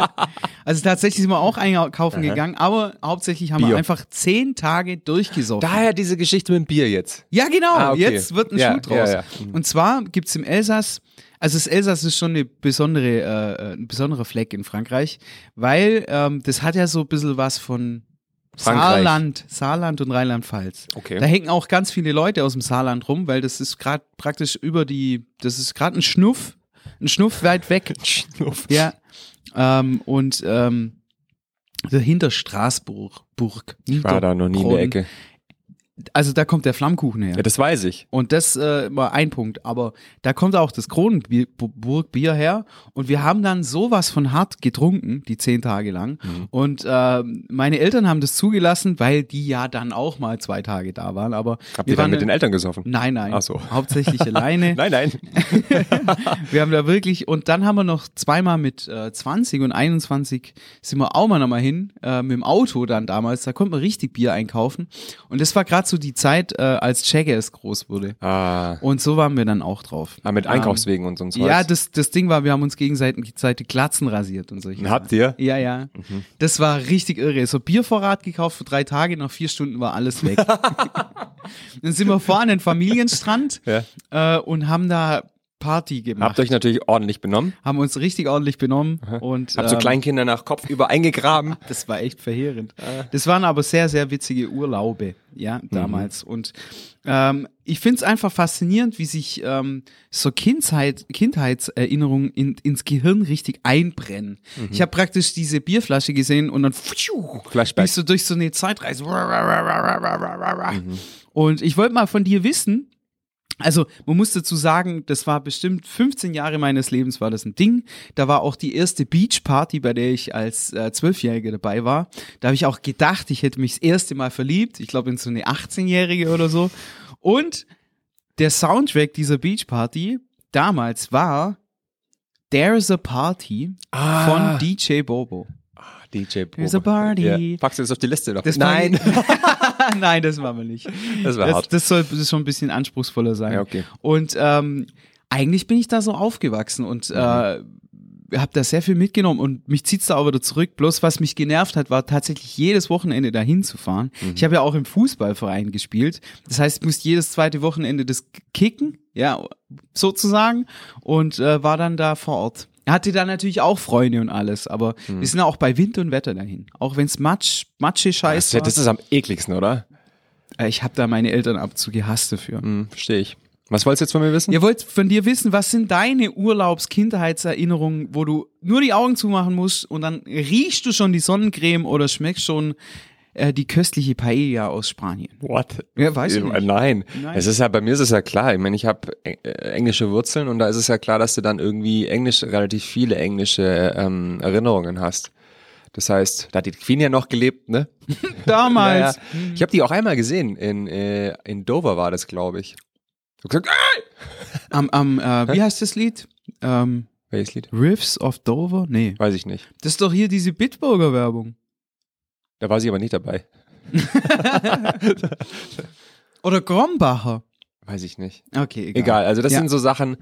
Speaker 1: also tatsächlich sind wir auch einkaufen
Speaker 2: Aha.
Speaker 1: gegangen, aber hauptsächlich haben
Speaker 2: Bier.
Speaker 1: wir einfach 10 Tage durchgesoffen.
Speaker 2: Daher diese Geschichte mit dem Bier jetzt.
Speaker 1: Ja, genau.
Speaker 2: Ah, okay.
Speaker 1: Jetzt wird ein
Speaker 2: Ja,
Speaker 1: Schuh draus.
Speaker 2: ja, ja. Mhm.
Speaker 1: Und zwar gibt's im Elsass, also das Elsass ist schon eine besondere, äh, ein besonderer Fleck in Frankreich, weil ähm, das hat ja so ein bisschen was von
Speaker 2: Frankreich.
Speaker 1: Saarland, Saarland und Rheinland-Pfalz.
Speaker 2: Okay.
Speaker 1: Da hängen auch ganz viele Leute aus dem Saarland rum, weil das ist gerade praktisch über die, das ist gerade ein Schnuff, ein Schnuff weit weg. Ja. Ähm, und ähm, hinter Straßburg, Burg,
Speaker 2: War da noch nie in der
Speaker 1: Niederbronn.
Speaker 2: Ecke.
Speaker 1: Also da kommt der Flammkuchen her.
Speaker 2: Ja, das weiß ich.
Speaker 1: Und das äh, war ein Punkt. Aber da kommt auch das Kronenburg-Bier her. Und wir haben dann sowas von hart getrunken, die zehn Tage lang.
Speaker 2: Mhm.
Speaker 1: Und ähm, meine Eltern haben das zugelassen, weil die ja dann auch mal zwei Tage da waren. Aber
Speaker 2: Habt
Speaker 1: wir
Speaker 2: ihr dann
Speaker 1: waren
Speaker 2: mit den Eltern gesoffen?
Speaker 1: Nein, nein.
Speaker 2: Ach so.
Speaker 1: Hauptsächlich alleine.
Speaker 2: Nein, nein.
Speaker 1: Wir haben da wirklich, und dann haben wir noch zweimal mit äh, 20 und 21 sind wir auch mal nochmal hin, äh, mit dem Auto dann damals, da konnte man richtig Bier einkaufen. Und das war gerade so die Zeit, äh, als Cheggers groß wurde.
Speaker 2: Ah,
Speaker 1: Und so waren wir dann auch drauf.
Speaker 2: ah, mit Einkaufswegen und so ein
Speaker 1: Ähm,
Speaker 2: Zeug.
Speaker 1: ja, das, das Ding war, wir haben uns gegenseitig die Glatzen rasiert und solche.
Speaker 2: Und habt ihr? Mhm.
Speaker 1: Sachen. Ja, ja. Das war richtig irre. So Biervorrat gekauft für drei Tage, nach vier Stunden war alles weg. dann sind wir vor an den Familienstrand
Speaker 2: Ja.
Speaker 1: äh, und haben da Party gemacht.
Speaker 2: Habt euch natürlich ordentlich benommen.
Speaker 1: haben uns richtig ordentlich benommen und
Speaker 2: Habt so
Speaker 1: ähm,
Speaker 2: Kleinkinder nach Kopf über eingegraben.
Speaker 1: das war echt verheerend. Das waren aber sehr, sehr witzige Urlaube, ja, damals. Und ähm, ich finde es einfach faszinierend, wie sich ähm, so Kindheit, Kindheitserinnerungen in, ins Gehirn richtig einbrennen. Ich habe praktisch diese Bierflasche gesehen und dann pfiuh,
Speaker 2: Flashback.
Speaker 1: bist du durch so eine Zeitreise. Und ich wollte mal von dir wissen, also man muss dazu sagen, das war bestimmt 15 Jahre meines Lebens war das ein Ding. Da war auch die erste Beachparty, bei der ich als äh, Zwölfjähriger dabei war. Da habe ich auch gedacht, ich hätte mich das erste Mal verliebt. Ich glaube in so eine 18-Jährige oder so. Und der Soundtrack dieser Beachparty damals war There's a Party
Speaker 2: Ah.
Speaker 1: von DJ Bobo.
Speaker 2: DJ Bobo.
Speaker 1: There's a party.
Speaker 2: Ja. Packst du das auf die Liste noch?
Speaker 1: Das war-
Speaker 2: Nein,
Speaker 1: Nein, das machen wir nicht.
Speaker 2: das war
Speaker 1: Das,
Speaker 2: hart.
Speaker 1: das soll das schon ein bisschen anspruchsvoller sein.
Speaker 2: Ja, okay.
Speaker 1: Und ähm, eigentlich bin ich da so aufgewachsen und äh,
Speaker 2: Mhm.
Speaker 1: habe da sehr viel mitgenommen und mich zieht's da auch wieder zurück. Bloß was mich genervt hat, war tatsächlich jedes Wochenende dahin zu fahren.
Speaker 2: Mhm.
Speaker 1: Ich habe ja auch im Fußballverein gespielt. Das heißt, ich musste jedes zweite Wochenende das kicken, ja, sozusagen, und äh, war dann da vor Ort. Hatte da natürlich auch Freunde und alles, aber
Speaker 2: Mhm.
Speaker 1: wir sind auch bei Wind und Wetter dahin. Auch wenn's matsch, matschig
Speaker 2: Das,
Speaker 1: scheiß war.
Speaker 2: das ist am ekligsten, oder?
Speaker 1: Äh, Ich habe da meine Eltern abzugehasst dafür.
Speaker 2: Hm, verstehe ich. Was wolltest du jetzt von mir wissen?
Speaker 1: Ihr wollt von dir wissen, was sind deine Urlaubs-Kindheitserinnerungen, wo du nur die Augen zumachen musst und dann riechst du schon die Sonnencreme oder schmeckst schon äh, die köstliche Paella aus Spanien?
Speaker 2: What?
Speaker 1: Ja, weiß ich
Speaker 2: Äh,
Speaker 1: nicht.
Speaker 2: Nein.
Speaker 1: Nein.
Speaker 2: Es ist ja, bei mir ist es ja klar. Ich meine, ich habe eng- äh, englische Wurzeln und da ist es ja klar, dass du dann irgendwie Englisch, relativ viele englische ähm, Erinnerungen hast. Das heißt, da hat die Queen ja noch gelebt, ne?
Speaker 1: Damals.
Speaker 2: Ja, ja. Ich habe die auch einmal gesehen. In, äh, in Dover war das, glaube ich. Ich hab gesagt, ah!
Speaker 1: Am, am, äh, wie heißt das Lied? Ähm,
Speaker 2: Welches Lied?
Speaker 1: Riffs of Dover? Nee.
Speaker 2: Weiß ich nicht.
Speaker 1: Das ist doch hier diese Bitburger-Werbung.
Speaker 2: Da war sie aber nicht dabei.
Speaker 1: Oder Grombacher.
Speaker 2: Weiß ich nicht.
Speaker 1: Okay, egal.
Speaker 2: Egal, also das
Speaker 1: Ja.
Speaker 2: sind so Sachen,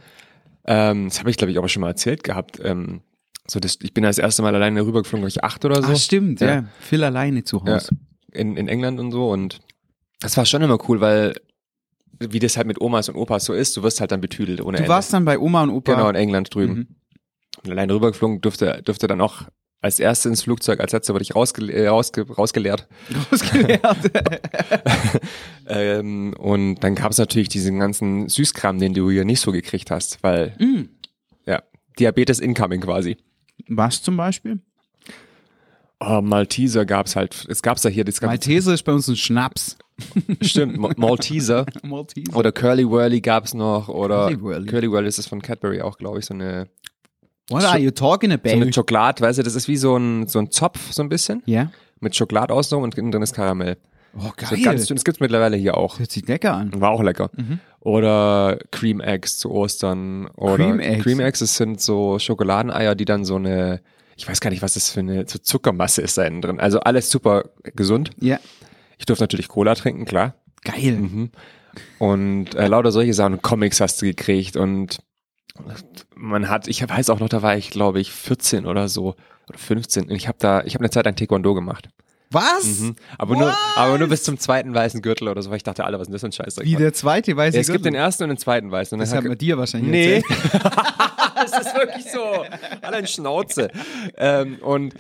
Speaker 2: ähm, das habe ich glaube ich auch schon mal erzählt gehabt. Ähm, so das, ich bin das erste Mal alleine rübergeflogen, glaube ich acht oder so.
Speaker 1: Ach, Ah, stimmt, Also, ja.
Speaker 2: Ja.
Speaker 1: Phil alleine zu
Speaker 2: Ja,
Speaker 1: Hause.
Speaker 2: in, in England und so und das war schon immer cool, weil wie das halt mit Omas und Opas so ist, du wirst halt dann betüdelt ohne
Speaker 1: Du
Speaker 2: Ende.
Speaker 1: warst dann bei Oma und Opa.
Speaker 2: genau in England drüben.
Speaker 1: Mhm.
Speaker 2: Und alleine rübergeflogen, dürfte, dürfte dann auch als erste ins Flugzeug, als letzte wurde ich rausge äh, rausge rausgeleert.
Speaker 1: Genau. Ausgeleert.
Speaker 2: Ähm, und dann gab es natürlich diesen ganzen Süßkram, den du hier nicht so gekriegt hast, weil
Speaker 1: Mm.
Speaker 2: ja, Diabetes incoming quasi.
Speaker 1: Was zum Beispiel?
Speaker 2: Oh, Malteser gab's halt. Es gab's ja hier, das gab
Speaker 1: Malteser ist bei uns ein Schnaps.
Speaker 2: stimmt, Ma- Malteser
Speaker 1: Malteser.
Speaker 2: oder Curly Whirly gab's noch oder
Speaker 1: Curly Whirly.
Speaker 2: Curly Whirly ist das von Cadbury auch, glaube ich, so eine,
Speaker 1: What are you talking about?
Speaker 2: so eine Schokolade, weißt du, das ist wie so ein so ein Zopf so ein bisschen
Speaker 1: ja.
Speaker 2: mit Schokolade außenrum und innen drin ist Karamell.
Speaker 1: Oh,
Speaker 2: So
Speaker 1: geil.
Speaker 2: ganz dünn, das gibt's mittlerweile hier auch.
Speaker 1: Hört sich lecker an.
Speaker 2: War auch lecker.
Speaker 1: Mhm.
Speaker 2: Oder Cream Eggs zu Ostern oder
Speaker 1: Cream Eggs?
Speaker 2: Cream Eggs, das sind so Schokoladeneier, die dann so eine ich weiß gar nicht, was das für eine so Zuckermasse ist da innen drin. Also alles super gesund.
Speaker 1: Ja.
Speaker 2: Ich durfte natürlich Cola trinken, klar.
Speaker 1: Geil.
Speaker 2: Mhm. Und äh, lauter solche Sachen, Und Comics hast du gekriegt und man hat, ich weiß auch noch, da war ich glaube ich 14 oder so oder 15 und ich habe da, ich habe eine Zeit lang Taekwondo gemacht.
Speaker 1: Was?
Speaker 2: Mhm. Aber nur, aber nur bis zum zweiten weißen Gürtel oder so, weil ich dachte, alle, was ist denn das für ein Scheiß?
Speaker 1: Wie der zweite weiß
Speaker 2: ja,
Speaker 1: ich
Speaker 2: es gibt
Speaker 1: gar
Speaker 2: den
Speaker 1: nicht.
Speaker 2: ersten und den zweiten weißen. Und
Speaker 1: Das
Speaker 2: dann
Speaker 1: hat man dir wahrscheinlich
Speaker 2: Nee.
Speaker 1: erzählt.
Speaker 2: das ist wirklich so. Alle in Schnauze. Ähm, und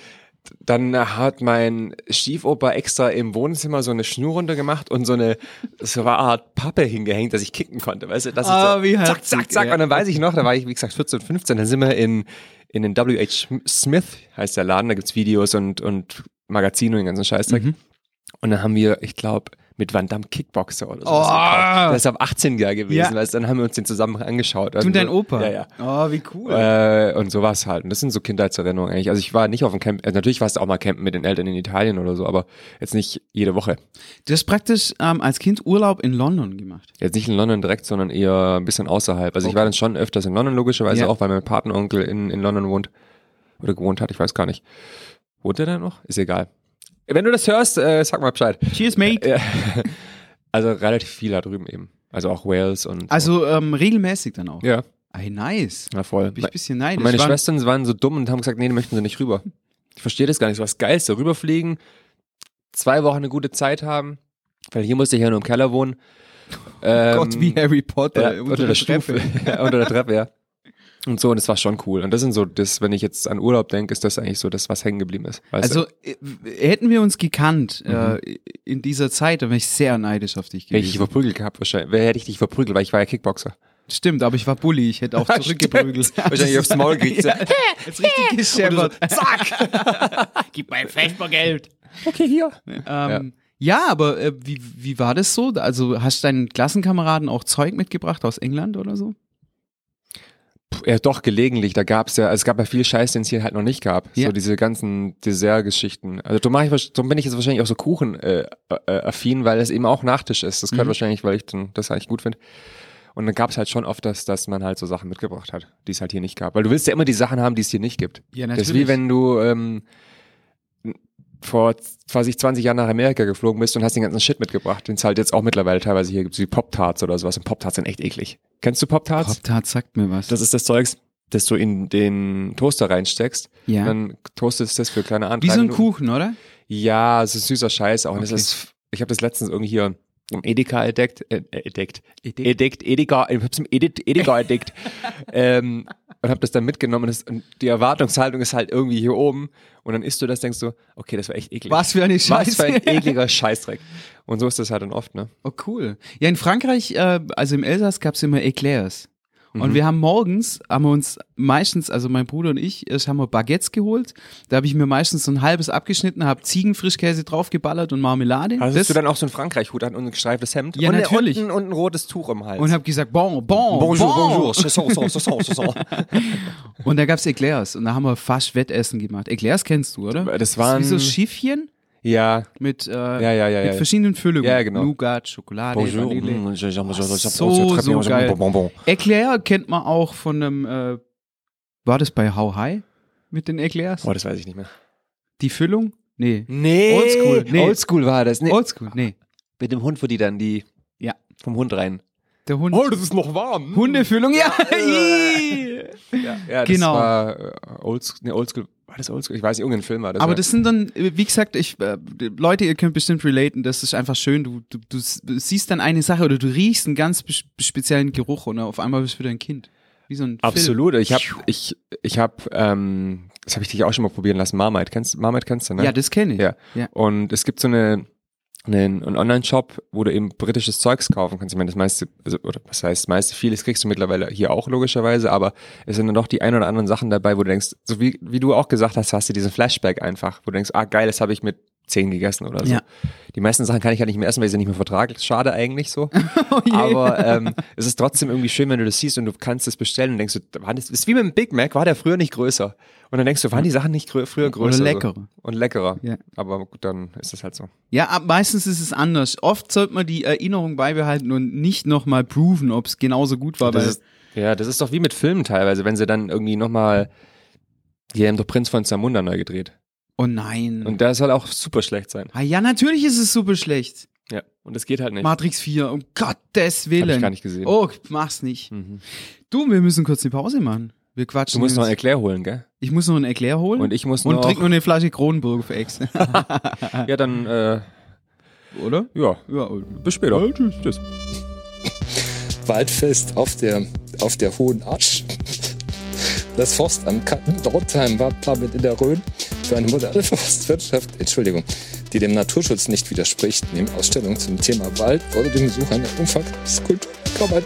Speaker 2: dann hat mein Stiefopa extra im Wohnzimmer so eine Schnur runter gemacht und so eine, so eine Art Pappe hingehängt, dass ich kicken konnte. Weißt du, das ist
Speaker 1: Ah,
Speaker 2: so,
Speaker 1: wie
Speaker 2: zack,
Speaker 1: herzig,
Speaker 2: zack, zack.
Speaker 1: ja.
Speaker 2: Und dann weiß ich noch, da war ich, wie gesagt, 14, 15, dann sind wir in, in den WH Schm- Smith, heißt der Laden, da gibt's Videos und, und Magazine und den ganzen Scheißdreck.
Speaker 1: Mhm.
Speaker 2: Und dann haben wir, ich glaube, mit Van Damme Kickboxer oder so.
Speaker 1: Oh.
Speaker 2: Das ist auf 18 Jahr gewesen,
Speaker 1: Ja.
Speaker 2: weißt du, dann haben wir uns den zusammen angeschaut. Also
Speaker 1: Du und dein Opa.
Speaker 2: Ja, ja.
Speaker 1: Oh, wie cool.
Speaker 2: Äh, und sowas halt. Und das sind so Kindheitserinnerungen eigentlich. Also ich war nicht auf dem Camp, also natürlich warst du auch mal campen mit den Eltern in Italien oder so, aber jetzt nicht jede Woche.
Speaker 1: Du hast praktisch ähm, als Kind Urlaub in London gemacht.
Speaker 2: Jetzt nicht in London direkt, sondern eher ein bisschen außerhalb. Also ich war dann schon öfters in London, logischerweise
Speaker 1: Ja.
Speaker 2: auch, weil mein Patenonkel in, in London wohnt. Oder gewohnt hat, ich weiß gar nicht. Wohnt er da noch? Ist egal. Wenn du das hörst, äh, sag mal Bescheid.
Speaker 1: Cheers, mate.
Speaker 2: Also relativ viel da drüben eben. Also auch Wales und.
Speaker 1: Also ähm, regelmäßig dann auch.
Speaker 2: ja,
Speaker 1: Ey, nice.
Speaker 2: na voll.
Speaker 1: Bin ich ein bisschen neidisch.
Speaker 2: Und meine
Speaker 1: Waren-
Speaker 2: Schwestern waren so dumm und haben gesagt, nee, die möchten sie nicht rüber. Ich verstehe das gar nicht. So was Geilste, rüberfliegen, zwei Wochen eine gute Zeit haben, weil hier musste ich ja nur im Keller wohnen.
Speaker 1: Oh
Speaker 2: Ähm,
Speaker 1: Gott, wie Harry Potter.
Speaker 2: äh,
Speaker 1: unter
Speaker 2: unter der
Speaker 1: der Treppe.
Speaker 2: Stufe, ja, unter der Treppe, ja. Und so, und das war schon cool. Und das sind so, das, wenn ich jetzt an Urlaub denke, ist das eigentlich so das, was hängen geblieben ist. Weißt du?
Speaker 1: Also äh, hätten wir uns gekannt äh, in dieser Zeit, dann wäre ich sehr neidisch auf dich
Speaker 2: hätte ich
Speaker 1: gewesen.
Speaker 2: dich verprügelt gehabt wahrscheinlich. Wer hätte ich dich verprügelt, weil ich war ja Kickboxer.
Speaker 1: Stimmt, aber ich war Bully, ich hätte auch zurückgeprügelt.
Speaker 2: Wahrscheinlich aufs Maul gekriegt.
Speaker 1: ja, jetzt richtig gescheppert.
Speaker 2: Zack!
Speaker 1: Gib mein Festbar Geld.
Speaker 2: Okay, hier.
Speaker 1: Ähm, ja. aber äh, wie, wie war das so? Also hast du deinen Klassenkameraden auch Zeug mitgebracht aus England oder so?
Speaker 2: Ja, doch, gelegentlich. Da gab's ja, also es gab ja viel Scheiß, den es hier halt noch nicht gab.
Speaker 1: Ja.
Speaker 2: So diese ganzen Dessert-Geschichten. Also darum, mach ich, wahrsch- darum bin ich jetzt wahrscheinlich auch so äh, Kuchen äh, äh, affin, weil es eben auch Nachtisch ist. Das gehört wahrscheinlich, weil ich dann, das eigentlich gut finde. Und dann gab es halt schon oft, dass, dass man halt so Sachen mitgebracht hat, die es halt hier nicht gab. Weil du willst ja immer die Sachen haben, die es hier nicht gibt.
Speaker 1: Ja,
Speaker 2: Das ist wie wenn du ähm, vor quasi 20 Jahren nach Amerika geflogen bist und hast den ganzen Shit mitgebracht, den es halt jetzt auch mittlerweile teilweise hier gibt, so wie Pop-Tarts oder sowas. Und Pop-Tarts sind echt eklig. Kennst du Pop-Tarts?
Speaker 1: Pop-Tart sagt mir was.
Speaker 2: das ist das Zeugs, das du in den Toaster reinsteckst.
Speaker 1: ja.
Speaker 2: Dann toastest du das für kleine Ahnung.
Speaker 1: wie so ein Kuchen, oder?
Speaker 2: Ja, es ist süßer Scheiß auch. Und das
Speaker 1: Okay.
Speaker 2: ist, ich habe das letztens irgendwie hier im Edeka entdeckt, äh, äh, entdeckt, entdeckt, Edeka, ich hab's im Edit, Edeka entdeckt. ähm, und habe das dann mitgenommen und, das, und die Erwartungshaltung ist halt irgendwie hier oben. Und dann isst du das, denkst du, okay, das war echt eklig.
Speaker 1: Was für eine Scheiße.
Speaker 2: Was für ein ekliger Scheißdreck. Und so ist das halt dann oft, ne?
Speaker 1: Oh, cool. Ja, in Frankreich, äh, also im Elsass gab's immer Eclairs.
Speaker 2: Mhm.
Speaker 1: Und wir haben morgens, haben wir uns meistens, also mein Bruder und ich, erst haben wir Baguettes geholt. Da habe ich mir meistens so ein halbes abgeschnitten, habe Ziegenfrischkäse draufgeballert und Marmelade.
Speaker 2: Hast
Speaker 1: Das-
Speaker 2: du dann auch so ein Frankreich-Hut an und ein gestreiftes Hemd?
Speaker 1: Ja,
Speaker 2: und,
Speaker 1: natürlich.
Speaker 2: Und, ein- und ein rotes Tuch im Hals.
Speaker 1: und habe gesagt, bon, bon,
Speaker 2: bonjour,
Speaker 1: bon.
Speaker 2: bonjour, chausson, chausson, chausson, chausson.
Speaker 1: Und da gab's Eclairs. Und da haben wir fast Wettessen gemacht. Eclairs kennst du, oder?
Speaker 2: Das waren-
Speaker 1: ist wie so Schiffchen
Speaker 2: Ja,
Speaker 1: mit, äh,
Speaker 2: ja, ja, ja.
Speaker 1: mit
Speaker 2: ja.
Speaker 1: verschiedenen Füllungen.
Speaker 2: Ja, genau.
Speaker 1: Nougat, Schokolade,
Speaker 2: Bonjour.
Speaker 1: Vanille.
Speaker 2: Mm, je- je- je- je- je- je-
Speaker 1: So,
Speaker 2: très
Speaker 1: so
Speaker 2: bien, je-
Speaker 1: geil.
Speaker 2: bon, bon.
Speaker 1: Eclair kennt man auch von einem, äh, war das bei How High mit den Eclairs?
Speaker 2: Oh, das weiß ich nicht mehr.
Speaker 1: Die Füllung? Nee.
Speaker 2: Nee.
Speaker 1: Oldschool, nee.
Speaker 2: Oldschool war das. Nee.
Speaker 1: Oldschool? Nee.
Speaker 2: Mit dem Hund, wo die dann die.
Speaker 1: Ja.
Speaker 2: Vom Hund rein.
Speaker 1: Der Hund.
Speaker 2: Oh, das ist noch warm.
Speaker 1: Hundefüllung, ja.
Speaker 2: Ja, ja das
Speaker 1: Genau.
Speaker 2: war äh, Oldschool. Nee, Oldschool. War das Oldschool? Ich weiß nicht, irgendein Film war das.
Speaker 1: Aber
Speaker 2: ja.
Speaker 1: das sind dann, äh, wie gesagt, ich, äh, Leute, ihr könnt bestimmt relaten, das ist einfach schön. Du, du, du s- siehst dann eine Sache oder du riechst einen ganz bes- speziellen Geruch und auf einmal bist du wieder ein Kind. Wie so ein
Speaker 2: Absolut. Ich hab, ich, ich hab, ähm, das habe ich dich auch schon mal probieren lassen. Marmite. Kennst, Marmite kennst du, ne?
Speaker 1: Film. Ja, das kenne ich.
Speaker 2: Ja.
Speaker 1: Ja.
Speaker 2: Und es gibt so eine, einen, einen Online-Shop, wo du eben britisches Zeugs kaufen kannst. Ich meine, das meiste, also, oder was heißt das meiste, vieles kriegst du mittlerweile hier auch logischerweise, aber es sind dann doch die ein oder anderen Sachen dabei, wo du denkst, so wie, wie du auch gesagt hast, hast du diesen Flashback einfach, wo du denkst, ah geil, das habe ich mit 10 gegessen oder so.
Speaker 1: Ja.
Speaker 2: Die meisten Sachen kann ich ja nicht mehr essen, weil ich sie nicht mehr vertrage. Schade eigentlich so.
Speaker 1: Oh je.
Speaker 2: Aber ähm, es ist trotzdem irgendwie schön, wenn du das siehst und du kannst es bestellen und denkst, du, war das ist wie mit dem Big Mac, war der früher nicht größer. Und dann denkst du, waren die Sachen nicht grö früher größer?
Speaker 1: Oder
Speaker 2: so.
Speaker 1: leckerer.
Speaker 2: Und leckerer.
Speaker 1: Ja.
Speaker 2: Aber gut, dann ist das halt so.
Speaker 1: Ja, ab- meistens ist es anders. Oft sollte man die Erinnerung beibehalten und nicht nochmal proven, ob es genauso gut war.
Speaker 2: Das
Speaker 1: weil-
Speaker 2: ist, ja, das ist doch wie mit Filmen teilweise, wenn sie dann irgendwie nochmal, die haben doch Prinz von Zamunda neu gedreht.
Speaker 1: oh nein.
Speaker 2: Und das soll auch super schlecht sein.
Speaker 1: ah, ja, natürlich ist es super schlecht.
Speaker 2: Ja. Und das geht halt nicht.
Speaker 1: Matrix 4, um Gottes Willen.
Speaker 2: Hab ich gar nicht gesehen.
Speaker 1: Oh, mach's nicht.
Speaker 2: Mhm.
Speaker 1: Du, wir müssen kurz eine Pause machen. Wir quatschen.
Speaker 2: Du musst noch ein
Speaker 1: jetzt.
Speaker 2: Erklär holen, gell?
Speaker 1: ich muss noch ein Eclair holen.
Speaker 2: Und ich muss
Speaker 1: und
Speaker 2: noch.
Speaker 1: trink noch eine Flasche Kronenburg für Ex.
Speaker 2: ja, dann, äh,
Speaker 1: Oder?
Speaker 2: ja.
Speaker 1: Ja, und-
Speaker 2: Bis später. tschüss. tschüss.
Speaker 3: Waldfest auf der, auf der Hohen Asch. Das Forstamt Dortheim war damit in der Rhön für eine moderne Forstwirtschaft, Entschuldigung, die dem Naturschutz nicht widerspricht, neben Ausstellungen zum Thema Wald oder dem Besuch einer umfangreichen Kulturarbeit.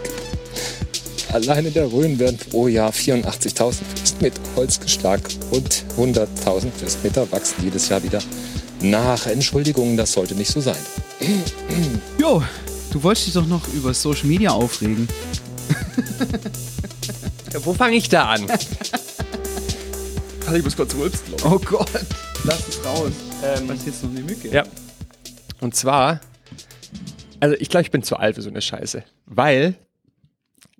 Speaker 3: Allein in der Rhön werden pro Jahr 84.000 Festmeter Holz geschlagen und 100.000 Festmeter wachsen jedes Jahr wieder nach. Entschuldigung, das sollte nicht so sein.
Speaker 1: Jo, du wolltest dich doch noch über Social Media aufregen.
Speaker 2: Wo fange ich da an?
Speaker 1: Oh Gott, lass es raus. Ähm, Was ist jetzt noch eine Mücke?
Speaker 2: Ja. Und zwar, also ich glaube, ich bin zu alt für so eine Scheiße. Weil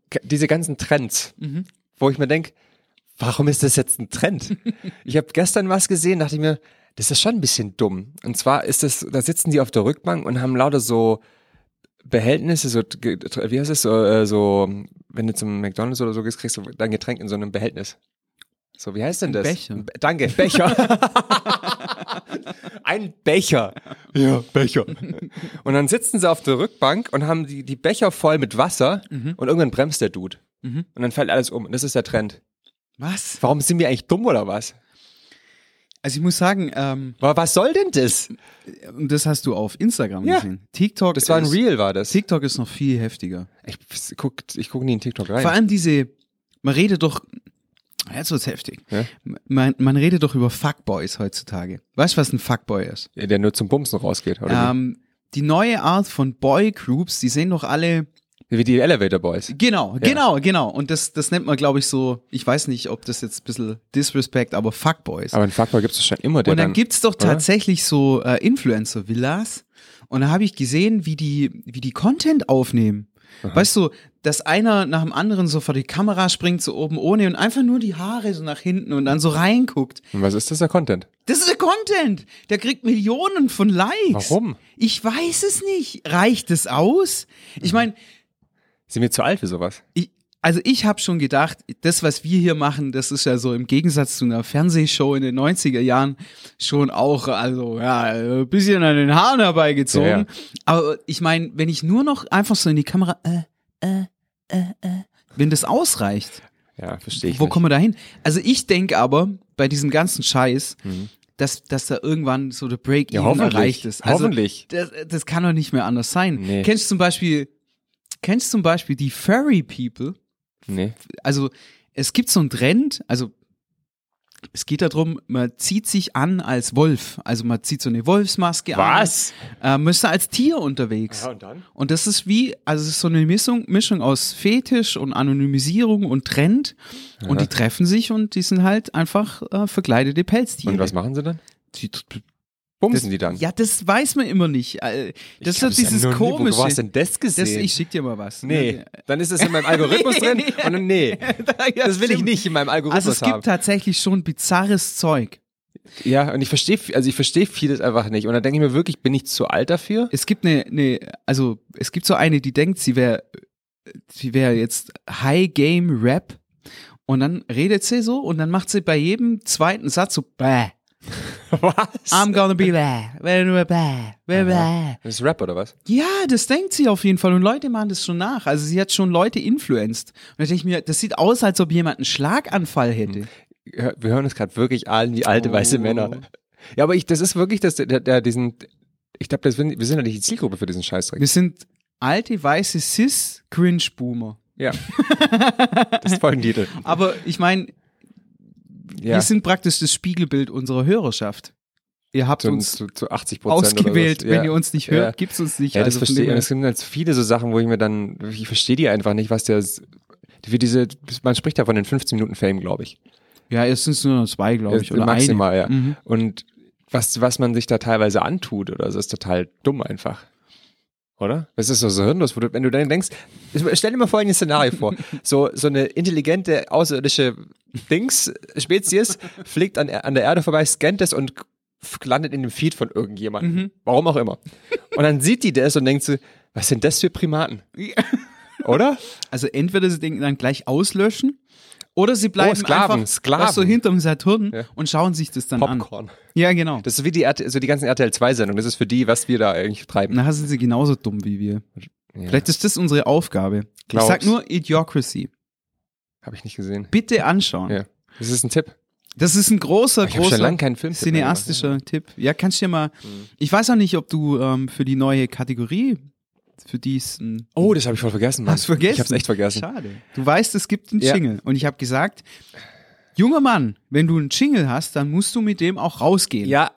Speaker 2: k- diese ganzen Trends, wo ich mir denke, warum ist das jetzt ein Trend? ich habe gestern was gesehen, dachte ich mir, das ist schon ein bisschen dumm. Und zwar ist das, da sitzen die auf der Rückbank und haben lauter so Behältnisse, so, ge- wie heißt es, so, äh, so, wenn du zum McDonalds oder so gehst, kriegst du dein Getränk in so einem Behältnis. So, wie heißt denn das?
Speaker 1: Becher.
Speaker 2: Be- Danke, Becher. Ein Becher. Ja, Becher. Und dann sitzen sie auf der Rückbank und haben die, die Becher voll mit Wasser und irgendwann bremst der Dude. Und dann fällt alles um. Und das ist der Trend.
Speaker 1: Was?
Speaker 2: Warum sind wir eigentlich dumm oder was?
Speaker 1: Also ich muss sagen, ähm,
Speaker 2: Wa- Was soll denn das?
Speaker 1: und das hast du auf Instagram
Speaker 2: Ja.
Speaker 1: gesehen. TikTok.
Speaker 2: Das war ein
Speaker 1: ist-
Speaker 2: Real, war das.
Speaker 1: TikTok ist noch viel heftiger.
Speaker 2: Ich gucke ich guck nie in TikTok rein.
Speaker 1: Vor allem diese, man redet doch, jetzt wird's heftig.
Speaker 2: Ja?
Speaker 1: Man, man redet doch über Fuckboys heutzutage. Weißt du, was ein Fuckboy ist?
Speaker 2: Ja, der nur zum Bumsen rausgeht. Oder
Speaker 1: Ähm, die neue Art von Boy-Groups, die sehen doch alle,
Speaker 2: wie, wie die Elevator Boys.
Speaker 1: genau, genau, genau. Und das, das nennt man, glaube ich, so, ich weiß nicht, ob das jetzt ein bisschen Disrespect, aber Fuckboys.
Speaker 2: Aber in Fuckboy gibt es schon immer der
Speaker 1: und dann, gibt's doch
Speaker 2: oder?
Speaker 1: tatsächlich so äh, Influencer-Villas. Und da habe ich gesehen, wie die, wie die Content aufnehmen. Weißt du, dass einer nach dem anderen so vor die Kamera springt, so oben ohne und einfach nur die Haare so nach hinten und dann so reinguckt.
Speaker 2: Und was ist das der Content?
Speaker 1: Das ist der Content. Der kriegt Millionen von Likes.
Speaker 2: Warum?
Speaker 1: Ich weiß es nicht. Reicht es aus?
Speaker 2: Mhm.
Speaker 1: Ich meine,
Speaker 2: Sind wir zu alt für sowas?
Speaker 1: ich, also ich habe schon gedacht, das, was wir hier machen, das ist ja so im Gegensatz zu einer Fernsehshow in den 90er Jahren schon auch, also ja, ein bisschen an den Haaren herbeigezogen.
Speaker 2: Ja, ja.
Speaker 1: Aber ich meine, wenn ich nur noch einfach so in die Kamera, äh, äh, äh, äh, wenn das ausreicht,
Speaker 2: Ja, verstehe ich
Speaker 1: wo
Speaker 2: nicht.
Speaker 1: kommen wir da hin? Also ich denke aber, bei diesem ganzen Scheiß, dass, dass da irgendwann so der
Speaker 2: Mhm. ja,
Speaker 1: Break-Even
Speaker 2: hoffentlich.
Speaker 1: erreicht ist. Also,
Speaker 2: hoffentlich.
Speaker 1: das, das kann doch nicht mehr anders sein.
Speaker 2: Nee.
Speaker 1: Kennst du zum Beispiel, kennst du zum Beispiel die Furry People?
Speaker 2: Nee.
Speaker 1: Also es gibt so einen Trend, also es geht darum, man zieht sich an als Wolf. Also man zieht so eine Wolfsmaske
Speaker 2: Was?
Speaker 1: an. Äh, man ist da als Tier unterwegs.
Speaker 2: und dann?
Speaker 1: Und das ist wie, also es ist so eine Mischung, Mischung aus Fetisch und Anonymisierung und Trend. Und die treffen sich und die sind halt einfach äh, verkleidete Pelztiere.
Speaker 2: Und was machen sie dann?
Speaker 1: Die-
Speaker 2: Bumsen die dann?
Speaker 1: Ja, das weiß man immer nicht. Äh, Das ist
Speaker 2: hab
Speaker 1: halt dieses
Speaker 2: noch nie- wo-
Speaker 1: komische.
Speaker 2: Wo hast du denn das gesehen?
Speaker 1: das, ich schick dir mal was. Ne,
Speaker 2: nee, dann ist es in meinem Algorithmus drin und dann nee.
Speaker 1: Ja,
Speaker 2: Das will ich
Speaker 1: stimmt.
Speaker 2: nicht in meinem Algorithmus
Speaker 1: Also es gibt
Speaker 2: haben.
Speaker 1: tatsächlich schon bizarres Zeug.
Speaker 2: Ja, und ich verstehe, also ich verstehe vieles einfach nicht. Und dann denke ich mir wirklich, bin ich zu alt dafür?
Speaker 1: Es gibt eine, eine also es gibt so eine, die denkt, sie wäre sie wäre jetzt High Game Rap und dann redet sie so und dann macht sie bei jedem zweiten Satz so bäh.
Speaker 2: Was?
Speaker 1: I'm gonna be bäh, bäh, bäh, bäh, bäh.
Speaker 2: Das ist Rap oder was?
Speaker 1: Ja, das denkt sie auf jeden Fall und Leute machen das schon nach. Also sie hat schon Leute influenced. Und da denke ich mir, das sieht aus, als ob jemand einen Schlaganfall hätte.
Speaker 2: Hör- Wir hören uns gerade wirklich allen wie alte weiße
Speaker 1: Oh.
Speaker 2: Männer. Ja, aber ich, das ist wirklich, das, der, der, diesen, ich glaube, das- wir sind ja nicht die Zielgruppe für diesen Scheißdreck.
Speaker 1: Wir sind alte weiße cis Cringe Boomer.
Speaker 2: Ja. das ist voll ein Titel.
Speaker 1: Aber ich meine, Ah,
Speaker 2: Ja.
Speaker 1: Wir sind praktisch das Spiegelbild unserer Hörerschaft. Ihr habt
Speaker 2: zu,
Speaker 1: uns
Speaker 2: zu, zu 80 Prozent.
Speaker 1: ausgewählt.
Speaker 2: Oder was.
Speaker 1: Wenn ihr uns nicht hört,
Speaker 2: Ja.
Speaker 1: gibt's uns nicht. Also
Speaker 2: Ja, das
Speaker 1: von dem
Speaker 2: verstehe ich. Und
Speaker 1: her-
Speaker 2: Es sind halt viele so Sachen, wo ich mir dann, ich verstehe die einfach nicht, was der, wie diese, man spricht ja von den 15 Minuten Fame, glaube ich.
Speaker 1: ja, es sind nur noch zwei, glaube ich.
Speaker 2: Äh,
Speaker 1: Oder
Speaker 2: Maximal,
Speaker 1: eine.
Speaker 2: ja. Und was, was man sich da teilweise antut oder so, ist total dumm einfach. Oder? Das ist so, so hirnlos, wo du, wenn du dann denkst, stell dir mal folgendes Szenario vor. So, so eine intelligente, außerirdische Dings, Spezies, fliegt an, an der Erde vorbei, scannt es und f- landet in dem Feed von irgendjemandem. Warum auch immer. Und dann sieht die das und denkt so, was sind das für Primaten? Oder?
Speaker 1: Also entweder sie denken dann gleich auslöschen oder sie bleiben
Speaker 2: Oh, Sklaven,
Speaker 1: einfach
Speaker 2: Sklaven.
Speaker 1: weißt du, hinterm Saturn
Speaker 2: Ja.
Speaker 1: und schauen sich das dann an.
Speaker 2: Popcorn.
Speaker 1: Ja, genau.
Speaker 2: Das ist wie die, RT so die ganzen RTL-2-Sendungen. Das ist für die, was wir da eigentlich treiben.
Speaker 1: Nachher sind sie genauso dumm wie wir. Vielleicht ist das unsere Aufgabe.
Speaker 2: Glaubst.
Speaker 1: Ich sag nur Idiocracy.
Speaker 2: Habe ich nicht gesehen.
Speaker 1: Bitte anschauen.
Speaker 2: Ja. Das ist ein Tipp.
Speaker 1: Das ist ein großer,
Speaker 2: Ich habe schon
Speaker 1: großer
Speaker 2: lange keinen Film.
Speaker 1: Cineastischer Tipp. Ja, kannst du dir mal.
Speaker 2: Mhm.
Speaker 1: Ich weiß auch nicht, ob du ähm, für die neue Kategorie, für diesen.
Speaker 2: Oh, das habe ich voll vergessen. Mann.
Speaker 1: Hast vergessen?
Speaker 2: Ich habe es echt vergessen.
Speaker 1: Schade. Du weißt, es gibt einen
Speaker 2: Ja.
Speaker 1: Jingle. Und ich habe gesagt, junger Mann, wenn du einen Jingle hast, dann musst du mit dem auch rausgehen.
Speaker 2: Ja,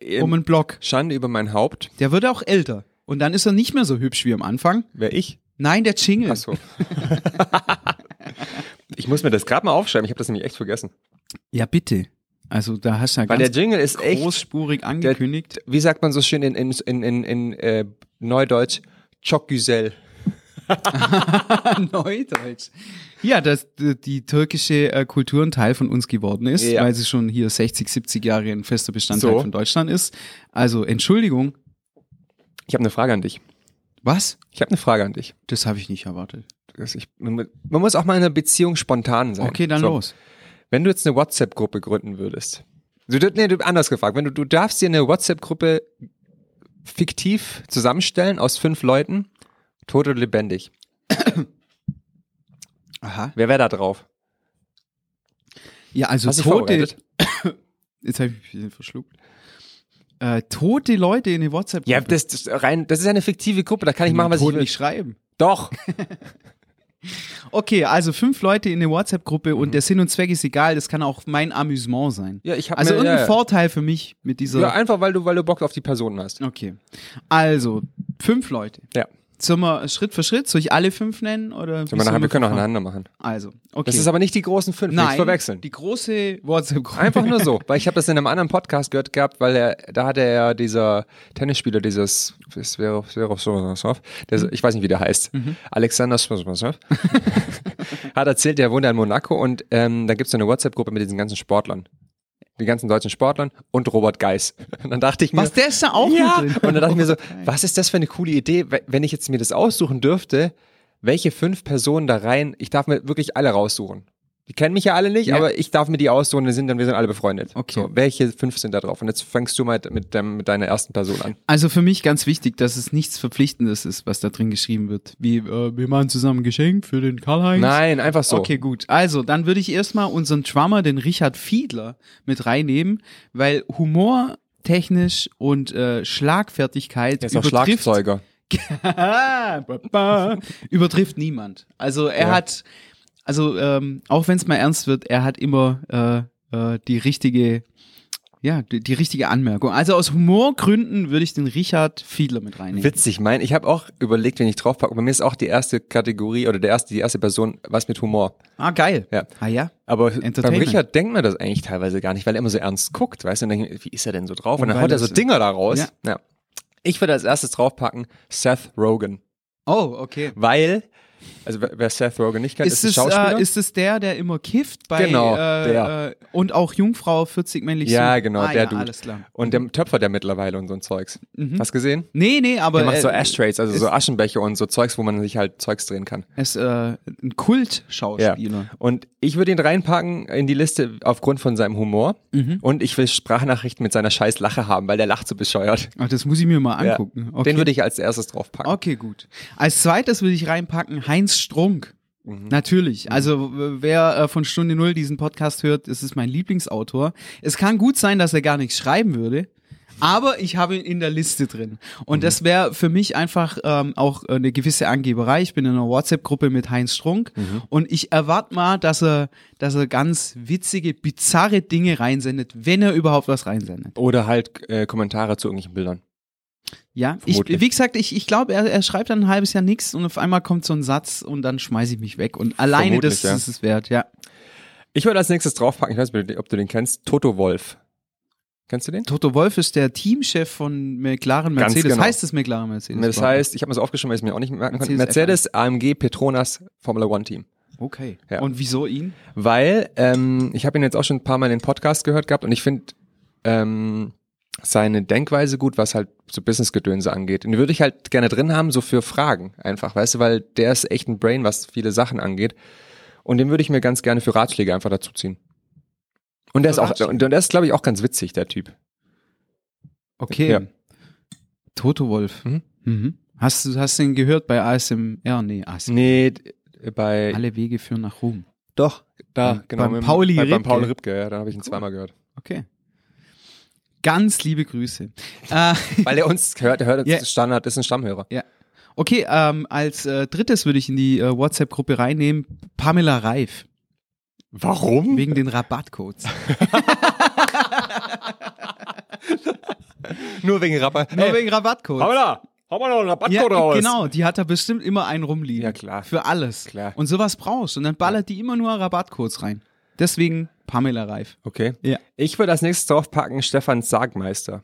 Speaker 2: äh,
Speaker 1: Um einen Block.
Speaker 2: Schande über mein Haupt.
Speaker 1: Der wird auch älter. Und dann ist er nicht mehr so hübsch wie am Anfang.
Speaker 2: Wer ich?
Speaker 1: Nein, der Jingle.
Speaker 2: Ach so. ich muss mir das gerade mal aufschreiben. Ich habe das nämlich echt vergessen.
Speaker 1: Ja, bitte. Also da hast du ja
Speaker 2: Weil der
Speaker 1: ganz
Speaker 2: Jingle ist echt,
Speaker 1: großspurig angekündigt.
Speaker 2: wie sagt man so schön in, in, in, in, in äh, Neudeutsch, Chokgüsel. Ah.
Speaker 1: Neudeutsch. Ja, dass die die türkische äh, Kultur ein Teil von uns geworden ist,
Speaker 2: Ja.
Speaker 1: weil sie schon hier 60, 70 Jahre ein fester Bestandteil
Speaker 2: So.
Speaker 1: von Deutschland ist. Also Entschuldigung,
Speaker 2: Ich habe eine Frage an dich.
Speaker 1: was?
Speaker 2: Ich habe eine Frage an dich.
Speaker 1: Das habe ich nicht erwartet.
Speaker 2: Das Ich, man muss auch mal in einer Beziehung spontan sein.
Speaker 1: Okay, dann
Speaker 2: So.
Speaker 1: los.
Speaker 2: Wenn du jetzt eine WhatsApp-Gruppe gründen würdest, du, du- nee, du, anders gefragt, wenn du, du darfst dir eine WhatsApp-Gruppe fiktiv zusammenstellen aus fünf Leuten, tot oder lebendig,
Speaker 1: Aha.
Speaker 2: wer wäre da drauf?
Speaker 1: Ja, also
Speaker 2: Hast du dich
Speaker 1: tote.
Speaker 2: vorbereitet?
Speaker 1: Jetzt habe ich mich ein bisschen verschluckt. Äh, tote Leute in den WhatsApp.
Speaker 2: Ja, das, das, rein, das ist ja eine fiktive Gruppe, da kann ich machen, was ich will.
Speaker 1: nicht schreiben.
Speaker 2: Doch,
Speaker 1: Okay, also fünf Leute in der WhatsApp-Gruppe und der Sinn und Zweck ist egal. Das kann auch mein Amüsement sein.
Speaker 2: Mhm. Ja, ich hab
Speaker 1: also
Speaker 2: mir-
Speaker 1: irgendein
Speaker 2: ja, ja.
Speaker 1: Vorteil für mich mit dieser.
Speaker 2: ja, einfach weil du, weil du Bock auf die Personen hast.
Speaker 1: Okay. Also, fünf Leute.
Speaker 2: Ja.
Speaker 1: Sollen wir Schritt für Schritt? Soll ich alle fünf nennen? Oder wie
Speaker 2: Wir,
Speaker 1: sollen
Speaker 2: machen, wir können auch
Speaker 1: verfahren?
Speaker 2: einander machen.
Speaker 1: Also, okay.
Speaker 2: Das ist aber nicht die großen fünf,
Speaker 1: Nein,
Speaker 2: nicht verwechseln.
Speaker 1: die große WhatsApp-Gruppe.
Speaker 2: Einfach nur so, weil ich habe das in einem anderen Podcast gehört gehabt, weil er, da hatte ja dieser Tennisspieler, dieses Sverov, Sverov, Sverov, der, ich weiß nicht, wie der heißt, Alexander Sverov, hat erzählt, der wohnt ja in Monaco und ähm, da gibt es eine WhatsApp-Gruppe mit diesen ganzen Sportlern. Die ganzen deutschen Sportlern und Robert Geis. Und dann dachte ich mir,
Speaker 1: Was, der ist da auch
Speaker 2: ja.
Speaker 1: mit
Speaker 2: Und
Speaker 1: drin?
Speaker 2: dann dachte ich mir so, was ist das für eine coole Idee, we- wenn ich jetzt mir das aussuchen dürfte, welche fünf Personen da rein, ich darf mir wirklich alle raussuchen. Die kennen mich ja alle nicht,
Speaker 1: Ja.
Speaker 2: aber ich darf mir die aussuchen, wir sind dann, wir sind alle befreundet.
Speaker 1: Okay.
Speaker 2: So, welche fünf sind da drauf? Und jetzt fängst du mal mit, dem, mit deiner ersten Person an.
Speaker 1: Also für mich ganz wichtig, dass es nichts Verpflichtendes ist, was da drin geschrieben wird. Wie, äh, wir machen zusammen ein Geschenk für den Karl-Heinz.
Speaker 2: Nein, einfach so.
Speaker 1: Okay, gut. Also, dann würde ich erstmal unseren Drummer, den Richard Fiedler, mit reinnehmen, weil Humor technisch und äh, Schlagfertigkeit
Speaker 2: Der ist auch
Speaker 1: übertrifft,
Speaker 2: Schlagzeuger.
Speaker 1: Ah, ba, ba, übertrifft niemand. Also er
Speaker 2: Ja.
Speaker 1: hat, also ähm, auch wenn es mal ernst wird, er hat immer äh, äh, die richtige, ja, die, die richtige Anmerkung. Also aus Humorgründen würde ich den Richard Fiedler mit reinnehmen.
Speaker 2: Witzig, mein, ich habe auch überlegt, wenn ich draufpacke, bei mir ist auch die erste Kategorie oder der erste, die erste Person, was mit Humor.
Speaker 1: Ah, geil.
Speaker 2: Ja.
Speaker 1: Ah ja.
Speaker 2: Aber beim
Speaker 1: Entertainment.
Speaker 2: Richard denkt man das eigentlich teilweise gar nicht, weil er immer so ernst guckt, weißt du? Und dann denkt, man, wie ist er denn so drauf? Und,
Speaker 1: Und
Speaker 2: dann
Speaker 1: weil
Speaker 2: haut er so
Speaker 1: das-
Speaker 2: Dinger da raus.
Speaker 1: Ja.
Speaker 2: Ja. Ich würde als erstes draufpacken Seth Rogen,
Speaker 1: Oh, okay.
Speaker 2: weil, also wer wer Seth Rogen nicht kennt,
Speaker 1: Ist
Speaker 2: ist, ein
Speaker 1: es,
Speaker 2: Schauspieler.
Speaker 1: äh, ist es der, der immer kifft bei
Speaker 2: Genau,
Speaker 1: äh,
Speaker 2: der.
Speaker 1: Äh, und auch Jungfrau 40 männlich
Speaker 2: Ja,
Speaker 1: Süd?
Speaker 2: genau,
Speaker 1: ah,
Speaker 2: der
Speaker 1: ja,
Speaker 2: Dude.
Speaker 1: Alles klar.
Speaker 2: und der Töpfer der mittlerweile und so ein Zeugs. Hast gesehen?
Speaker 1: Nee, nee, aber
Speaker 2: Der macht so
Speaker 1: äh,
Speaker 2: Ashtrays, also
Speaker 1: ist-
Speaker 2: so Aschenbecher und so Zeugs, wo man sich halt Zeugs drehen kann.
Speaker 1: er ist äh, ein Kultschauspieler.
Speaker 2: Und ich würde ihn reinpacken in die Liste aufgrund von seinem Humor.
Speaker 1: Mhm.
Speaker 2: Und ich will Sprachnachrichten mit seiner scheiß Lache haben, weil der lacht so bescheuert.
Speaker 1: Ach, das muss ich mir mal angucken.
Speaker 2: Ja.
Speaker 1: Okay.
Speaker 2: Den würde ich als erstes draufpacken.
Speaker 1: Okay, gut. Als zweites würde ich reinpacken Heinz Strunk. Natürlich. Also w- wer äh, von Stunde Null diesen Podcast hört, ist es mein Lieblingsautor. Es kann gut sein, dass er gar nichts schreiben würde, aber ich habe ihn in der Liste drin. Und das wäre für mich einfach ähm, auch äh, eine gewisse Angeberei. Ich bin in einer WhatsApp-Gruppe mit Heinz Strunk und ich erwarte mal, dass er, dass er ganz witzige, bizarre Dinge reinsendet, wenn er überhaupt was reinsendet.
Speaker 2: Oder halt äh, Kommentare zu irgendwelchen Bildern.
Speaker 1: Ja, ich,
Speaker 2: Vermutlich.
Speaker 1: wie gesagt, ich, ich glaube, er, er schreibt dann ein halbes Jahr nichts und auf einmal kommt so ein Satz und dann schmeiße ich mich weg. Und alleine das
Speaker 2: Vermutlich, ja.
Speaker 1: ist es wert, ja.
Speaker 2: Ich würde als nächstes draufpacken, ich weiß nicht, ob du den kennst, Toto Wolf. Kennst du den?
Speaker 1: Toto Wolf ist der Teamchef von McLaren
Speaker 2: Ganz
Speaker 1: Mercedes.
Speaker 2: genau.
Speaker 1: Heißt es McLaren Mercedes?
Speaker 2: Das heißt, ich habe mir das aufgeschrieben, weil ich es mir auch nicht merken konnte.
Speaker 1: Mercedes
Speaker 2: Mercedes, AMG, Petronas, Formula One Team.
Speaker 1: Okay.
Speaker 2: Ja.
Speaker 1: Und wieso ihn?
Speaker 2: Weil ähm, ich habe ihn jetzt auch schon ein paar Mal in den Podcast gehört gehabt und ich finde ähm, seine Denkweise gut, was halt so Businessgedönse angeht. Und die würde ich halt gerne drin haben, so für Fragen einfach, weißt du, weil der ist echt ein Brain, was viele Sachen angeht. Und den würde ich mir ganz gerne für Ratschläge einfach dazu ziehen. Und der ist
Speaker 1: Für
Speaker 2: auch,
Speaker 1: Ratschläge?
Speaker 2: und der ist, glaube ich, auch ganz witzig, der Typ.
Speaker 1: Okay.
Speaker 2: Ja.
Speaker 1: Toto Wolf. Mhm.
Speaker 2: Mhm.
Speaker 1: Hast du hast du ihn gehört bei ASMR? Nee, ASMR.
Speaker 2: Nee, d- bei
Speaker 1: Alle Wege führen nach Ruhm.
Speaker 2: doch da
Speaker 1: Beim-
Speaker 2: genau
Speaker 1: beim
Speaker 2: mit dem-
Speaker 1: Pauli
Speaker 2: bei, beim
Speaker 1: Ribke.
Speaker 2: Paul Ribke, ja, da habe ich ihn zweimal gehört,
Speaker 1: Okay. Ganz liebe Grüße. äh,
Speaker 2: weil er uns hört, er hört uns
Speaker 1: Ja.
Speaker 2: Standard, ist ein Stammhörer.
Speaker 1: Ja. Okay, ähm, als äh, drittes würde ich in die äh, WhatsApp-Gruppe reinnehmen Pamela Reif.
Speaker 2: Warum?
Speaker 1: Wegen den Rabattcodes.
Speaker 2: Nur wegen Rapper.
Speaker 1: Nur wegen Rabattcodes.
Speaker 2: Hau mal da, hau mal noch einen
Speaker 1: ja,
Speaker 2: Rabattcode raus.
Speaker 1: genau, die hat da bestimmt immer einen rumliegen.
Speaker 2: Ja, klar.
Speaker 1: Für alles.
Speaker 2: Klar.
Speaker 1: Und sowas brauchst. Und dann ballert die immer nur Rabattcodes rein. Deswegen Pamela Reif.
Speaker 2: Okay.
Speaker 1: Ja.
Speaker 2: Ich würde als nächstes draufpacken Stefan Sargmeister.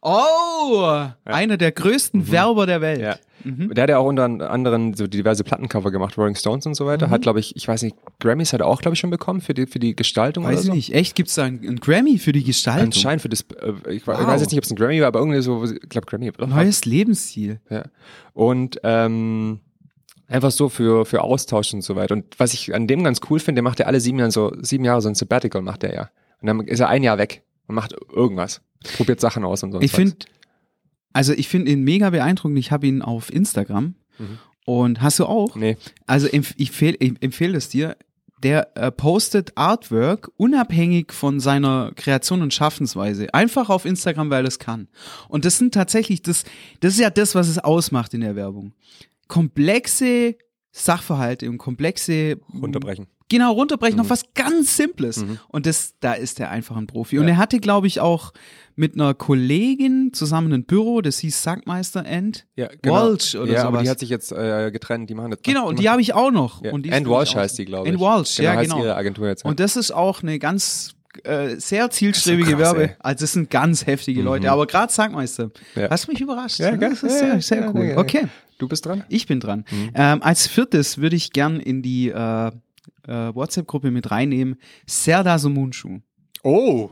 Speaker 1: Oh! Einer der größten Werber der Welt.
Speaker 2: Mhm. Ja.
Speaker 1: Mhm.
Speaker 2: Der hat ja auch unter anderem so diverse Plattencover gemacht, Rolling Stones und so weiter.
Speaker 1: Mhm.
Speaker 2: Hat, glaube ich, ich weiß nicht, Grammys hat er auch, glaube ich, schon bekommen für die, für die Gestaltung
Speaker 1: Weiß
Speaker 2: oder
Speaker 1: ich
Speaker 2: so.
Speaker 1: nicht. Echt, gibt's da einen, einen Grammy für die Gestaltung?
Speaker 2: Anscheinend für das, äh, ich, wa-
Speaker 1: Wow.
Speaker 2: ich weiß jetzt nicht, ob es ein Grammy war, aber irgendwie so, ich glaube Grammy. Doch,
Speaker 1: Neues Lebensziel.
Speaker 2: Ja. Und ähm, einfach so für, für Austausch und so weiter. Und was ich an dem ganz cool finde, der macht ja alle sieben Jahre so, sieben Jahre so ein Sabbatical macht er ja. Und dann ist er ein Jahr weg und macht irgendwas. Probiert Sachen aus und so.
Speaker 1: Ich finde, also ich finde ihn mega beeindruckend. Ich habe ihn auf Instagram.
Speaker 2: Mhm.
Speaker 1: Und hast du auch?
Speaker 2: Nee.
Speaker 1: Also empf ich, fehl- ich empfehle es dir. Der äh, postet Artwork unabhängig von seiner Kreation und Schaffensweise. Einfach auf Instagram, weil er es kann. Und das sind tatsächlich, das, das ist ja das, was es ausmacht in der Werbung. Komplexe Sachverhalte und komplexe
Speaker 2: Unterbrechen.
Speaker 1: genau runterbrechen
Speaker 2: Mhm.
Speaker 1: auf was ganz Simples. Und das, da ist er einfach ein Profi. Und er hatte, glaube ich, auch mit einer Kollegin zusammen ein Büro, das hieß Sackmeister End
Speaker 2: Ja, genau.
Speaker 1: Walsh oder
Speaker 2: ja,
Speaker 1: sowas.
Speaker 2: aber die hat sich jetzt äh, getrennt, die machen das.
Speaker 1: genau, und
Speaker 2: und
Speaker 1: die habe ich auch noch.
Speaker 2: Ja.
Speaker 1: Und die ist
Speaker 2: End
Speaker 1: nämlich
Speaker 2: Walsh
Speaker 1: auch-
Speaker 2: heißt die, glaube ich.
Speaker 1: End Walsh,
Speaker 2: genau,
Speaker 1: ja,
Speaker 2: heißt
Speaker 1: genau.
Speaker 2: ihre Agentur jetzt. ja.
Speaker 1: Und das ist auch eine ganz äh, sehr zielstrebige
Speaker 2: krass,
Speaker 1: Werbe.
Speaker 2: ey.
Speaker 1: Also das sind ganz heftige Leute. Aber gerade Sackmeister,
Speaker 2: Mhm. Ja.
Speaker 1: hast mich überrascht.
Speaker 2: Ja, gell?
Speaker 1: das ist
Speaker 2: Ja, ja,
Speaker 1: sehr, sehr
Speaker 2: ja, Mhm.
Speaker 1: cool.
Speaker 2: ja, ja.
Speaker 1: Okay,
Speaker 2: du bist dran?
Speaker 1: ich bin dran. Ähm, als viertes würde ich gern in die äh, äh, WhatsApp-Gruppe mit reinnehmen. Serdar Somunchu.
Speaker 2: Oh!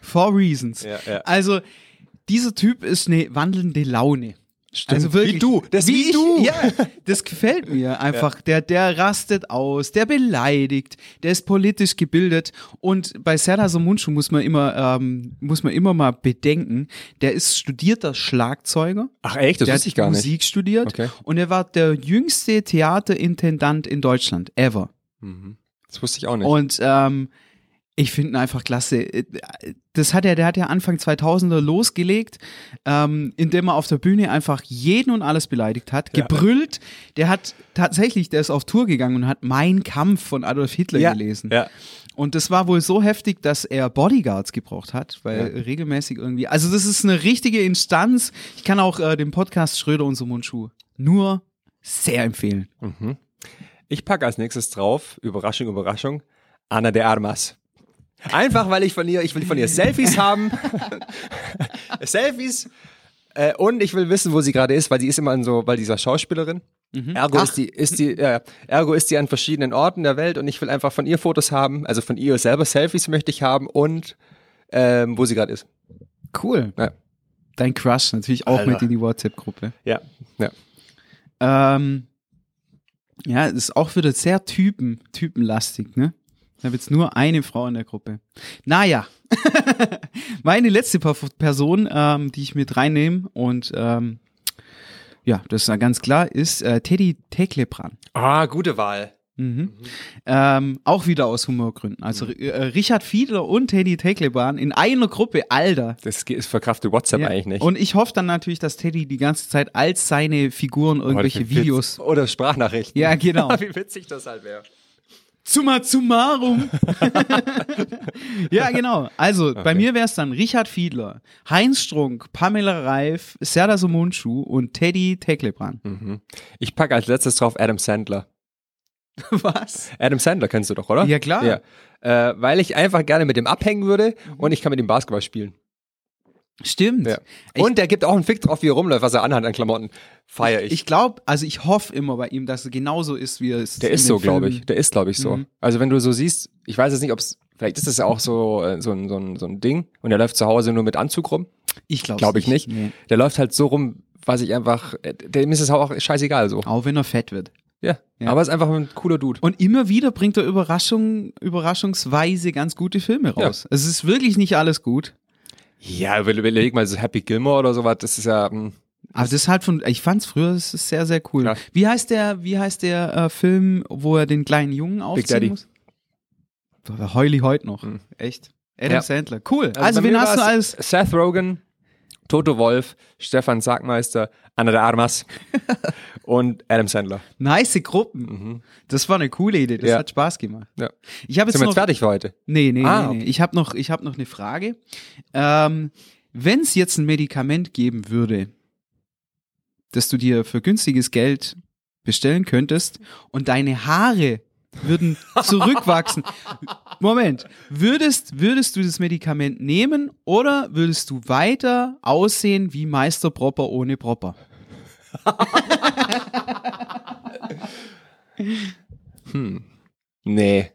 Speaker 1: For Reasons.
Speaker 2: Ja, ja.
Speaker 1: Also dieser Typ ist eine wandelnde Laune.
Speaker 2: Stimmt.
Speaker 1: Also wirklich,
Speaker 2: Wie du. Das wie
Speaker 1: ich,
Speaker 2: du.
Speaker 1: Ja, das gefällt mir einfach. Der, der rastet aus, der beleidigt, der ist politisch gebildet. Und bei Serdar Somuncu muss man immer, ähm, muss man immer mal bedenken, der ist studierter Schlagzeuger.
Speaker 2: Ach echt, das
Speaker 1: der
Speaker 2: wusste ich gar
Speaker 1: hat
Speaker 2: nicht.
Speaker 1: Musik studiert
Speaker 2: Okay.
Speaker 1: und er war der jüngste Theaterintendant in Deutschland ever.
Speaker 2: Mhm. Das wusste ich auch nicht.
Speaker 1: Und ähm, ich finde ihn einfach klasse. Das hat er, der hat ja Anfang 2000er losgelegt, ähm, indem er auf der Bühne einfach jeden und alles beleidigt hat, gebrüllt. Der hat tatsächlich, der ist auf Tour gegangen und hat Mein Kampf von Adolf Hitler
Speaker 2: ja.
Speaker 1: gelesen.
Speaker 2: Ja.
Speaker 1: Und das war wohl so heftig, dass er Bodyguards gebraucht hat, weil regelmäßig irgendwie. Also, das ist eine richtige Instanz. Ich kann auch äh, den Podcast Schröder und so Mundschuh nur sehr empfehlen.
Speaker 2: Ich packe als nächstes drauf, Überraschung, Überraschung, Anna de Armas. Einfach, weil ich von ihr, ich will von ihr Selfies haben. Selfies. Äh, und ich will wissen, wo sie gerade ist, weil sie ist immer an so, weil dieser Schauspielerin.
Speaker 1: Mhm.
Speaker 2: Ergo ist die, ist die, ja, ja. ergo ist die an verschiedenen Orten der Welt und ich will einfach von ihr Fotos haben, also von ihr selber Selfies möchte ich haben und ähm, wo sie gerade ist.
Speaker 1: Cool.
Speaker 2: Ja.
Speaker 1: Dein Crush natürlich auch
Speaker 2: Alter.
Speaker 1: mit in die WhatsApp-Gruppe.
Speaker 2: Ja, ja.
Speaker 1: Ähm, ja, es ist auch wieder sehr typen, typenlastig, ne? Ich habe jetzt nur eine Frau in der Gruppe. Naja, meine letzte Pa- Person, ähm, die ich mit reinnehme und ähm, ja, das ist ja ganz klar, ist äh, Teddy Teklebran.
Speaker 2: Ah, gute Wahl.
Speaker 1: Mhm. Ähm, auch wieder aus Humorgründen. Also
Speaker 2: Mhm.
Speaker 1: äh, Richard Fiedler und Teddy Teklebran in einer Gruppe, Alter.
Speaker 2: Das ge- ist verkraftet WhatsApp
Speaker 1: Ja.
Speaker 2: eigentlich nicht.
Speaker 1: Und ich hoffe dann natürlich, dass Teddy die ganze Zeit als seine Figuren irgendwelche
Speaker 2: Oder-
Speaker 1: Videos.
Speaker 2: Oder Sprachnachrichten.
Speaker 1: Ja, genau.
Speaker 2: Wie witzig das halt wäre.
Speaker 1: Summa summarum. ja, genau. Also, bei mir wäre es dann Richard Fiedler, Heinz Strunk, Pamela Reif, Serdar Somunchu und Teddy Teklebran.
Speaker 2: Mhm. Ich packe als letztes drauf Adam Sandler.
Speaker 1: Was?
Speaker 2: Adam Sandler kennst du doch, oder?
Speaker 1: Ja, klar.
Speaker 2: Äh, weil ich einfach gerne mit dem abhängen würde und ich kann mit ihm Basketball spielen.
Speaker 1: Stimmt.
Speaker 2: Ja.
Speaker 1: Ich-
Speaker 2: und der gibt auch einen Fick drauf, wie er rumläuft, was er anhat an Klamotten. Feier ich.
Speaker 1: Ich glaube, also ich hoffe immer bei ihm, dass es genauso ist, wie er es
Speaker 2: der
Speaker 1: in
Speaker 2: ist
Speaker 1: den
Speaker 2: so, glaube
Speaker 1: Filmen-
Speaker 2: ich. Der ist, glaube ich, so.
Speaker 1: Mhm.
Speaker 2: Also wenn du so siehst, ich weiß jetzt nicht, ob es, vielleicht ist es ja auch so, äh, so, ein, so, ein, so ein Ding und er läuft zu Hause nur mit Anzug rum.
Speaker 1: Ich glaube
Speaker 2: Glaube ich nicht.
Speaker 1: Nee.
Speaker 2: Der läuft halt so rum, was ich einfach, äh, dem ist es auch scheißegal so.
Speaker 1: Auch wenn er fett wird.
Speaker 2: Ja.
Speaker 1: Ja.
Speaker 2: Aber ist einfach ein cooler Dude.
Speaker 1: Und immer wieder bringt er Überraschung, überraschungsweise ganz gute Filme
Speaker 2: Ja.
Speaker 1: raus. Es ist wirklich nicht alles gut.
Speaker 2: Ja, über- überleg mal, so Happy Gilmore oder sowas, das ist ja, hm, mh,
Speaker 1: Aber das ist halt von, ich fand's früher, das ist sehr, sehr cool.
Speaker 2: Ja.
Speaker 1: Wie heißt der, wie heißt der äh, Film, wo er den kleinen Jungen aufziehen
Speaker 2: Daddy. Hm.
Speaker 1: muss? Boah, Heuli heute noch. Echt? Adam
Speaker 2: Ja.
Speaker 1: Sandler. Cool. Also,
Speaker 2: Also, bei
Speaker 1: wen
Speaker 2: mir
Speaker 1: hast du
Speaker 2: war's
Speaker 1: als
Speaker 2: Seth Rogen, Toto Wolf, Stefan Sagmeister, Anna de Armas und Adam Sandler. Mhm.
Speaker 1: nice Gruppen? Das war eine coole Idee, das
Speaker 2: Ja.
Speaker 1: hat Spaß gemacht.
Speaker 2: Ja.
Speaker 1: Ich habe jetzt
Speaker 2: Sind wir
Speaker 1: noch
Speaker 2: jetzt fertig für heute?
Speaker 1: Nee, nee,
Speaker 2: Ah,
Speaker 1: nee, nee. Ich habe noch, ich hab noch eine Frage. Ähm, Wenn es jetzt ein Medikament geben würde, das du dir für günstiges Geld bestellen könntest und deine Haare würden zurückwachsen. Moment, würdest, würdest du das Medikament nehmen oder würdest du weiter aussehen wie Meister Propper ohne Propper?
Speaker 2: Hm. Nee.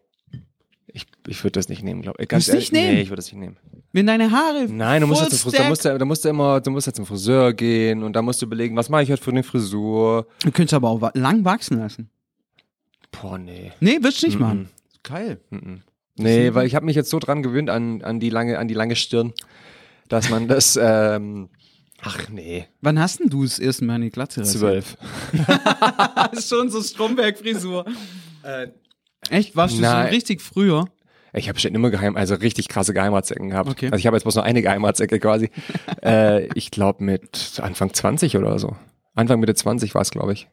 Speaker 2: Ich, ich würde das nicht nehmen, glaube ich. Ganz
Speaker 1: Würdest du nicht
Speaker 2: ehrlich,
Speaker 1: nehmen?
Speaker 2: Nee, ich würde das nicht nehmen.
Speaker 1: Wenn deine Haare
Speaker 2: Nein, du musst,
Speaker 1: full
Speaker 2: jetzt zum Friseur, da
Speaker 1: stack-
Speaker 2: musst du, da musst du immer, du musst jetzt zum Friseur gehen und da musst du überlegen, was mache ich heute für eine Frisur?
Speaker 1: Du könntest aber auch wa- lang wachsen lassen.
Speaker 2: Boah, nee. Mhm.
Speaker 1: Nee, würdest du nicht machen. Geil.
Speaker 2: Nee, weil ich habe mich jetzt so dran gewöhnt an, an, die lange, an die lange Stirn, dass man das, ähm, ach nee,
Speaker 1: Wann hast denn du das erste Mal eine Glatze rasiert?
Speaker 2: zwölf.
Speaker 1: ist schon so Stromberg-Frisur. Äh, Echt? Warst du
Speaker 2: nein.
Speaker 1: schon richtig früher?
Speaker 2: Ich habe schon immer geheim, also richtig krasse Geheimratsecken gehabt.
Speaker 1: Okay.
Speaker 2: Also ich habe jetzt bloß nur eine Geheimratsecke quasi. äh, ich glaube mit Anfang 20 oder so. Anfang Mitte 20 war es, glaube ich.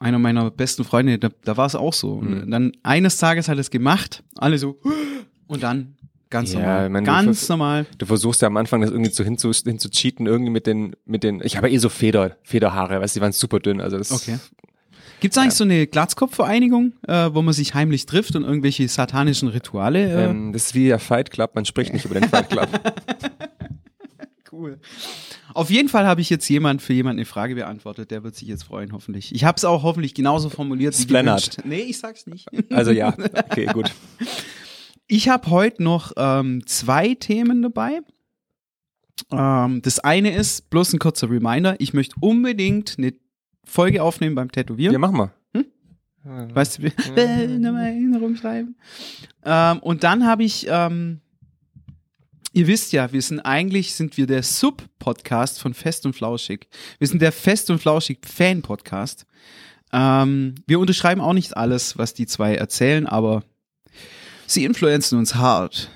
Speaker 1: einer meiner besten Freunde, da, da war es auch so.
Speaker 2: Mhm.
Speaker 1: Und dann eines Tages hat er es gemacht, alle so, und dann ganz
Speaker 2: Ja,
Speaker 1: normal.
Speaker 2: ich meine, du
Speaker 1: ganz
Speaker 2: vers-
Speaker 1: normal.
Speaker 2: Du versuchst ja am Anfang das irgendwie zu hinzu, hinzucheaten, irgendwie mit den, mit den, ich habe eh so Feder, Federhaare, weißt du, die waren super dünn, also das
Speaker 1: Okay. Gibt es eigentlich so eine Glatzkopfvereinigung, äh, wo man sich heimlich trifft und irgendwelche satanischen Rituale? Äh,
Speaker 2: ähm, das ist wie der Fight Club, man spricht nicht über den Fight Club.
Speaker 1: Cool. Auf jeden Fall habe ich jetzt jemand für jemanden eine Frage beantwortet, der wird sich jetzt freuen, hoffentlich. Ich habe es auch hoffentlich genauso formuliert wie
Speaker 2: Splennert.
Speaker 1: gewünscht. Nee, ich sag's nicht.
Speaker 2: Also ja, okay, gut.
Speaker 1: Ich habe heute noch ähm, zwei Themen dabei. Ähm, das eine ist, bloß ein kurzer Reminder, ich möchte unbedingt eine Folge aufnehmen beim Tätowieren.
Speaker 2: Ja, mach mal.
Speaker 1: Weißt du, äh, nochmal Erinnerung schreiben. Ähm, und dann habe ich, ähm, ihr wisst ja, wir sind eigentlich sind wir der Sub-Podcast von Fest und Flauschig. Wir sind der Fest und Flauschig Fan-Podcast. Ähm, wir unterschreiben auch nicht alles, was die zwei erzählen, aber sie influenzen uns hart.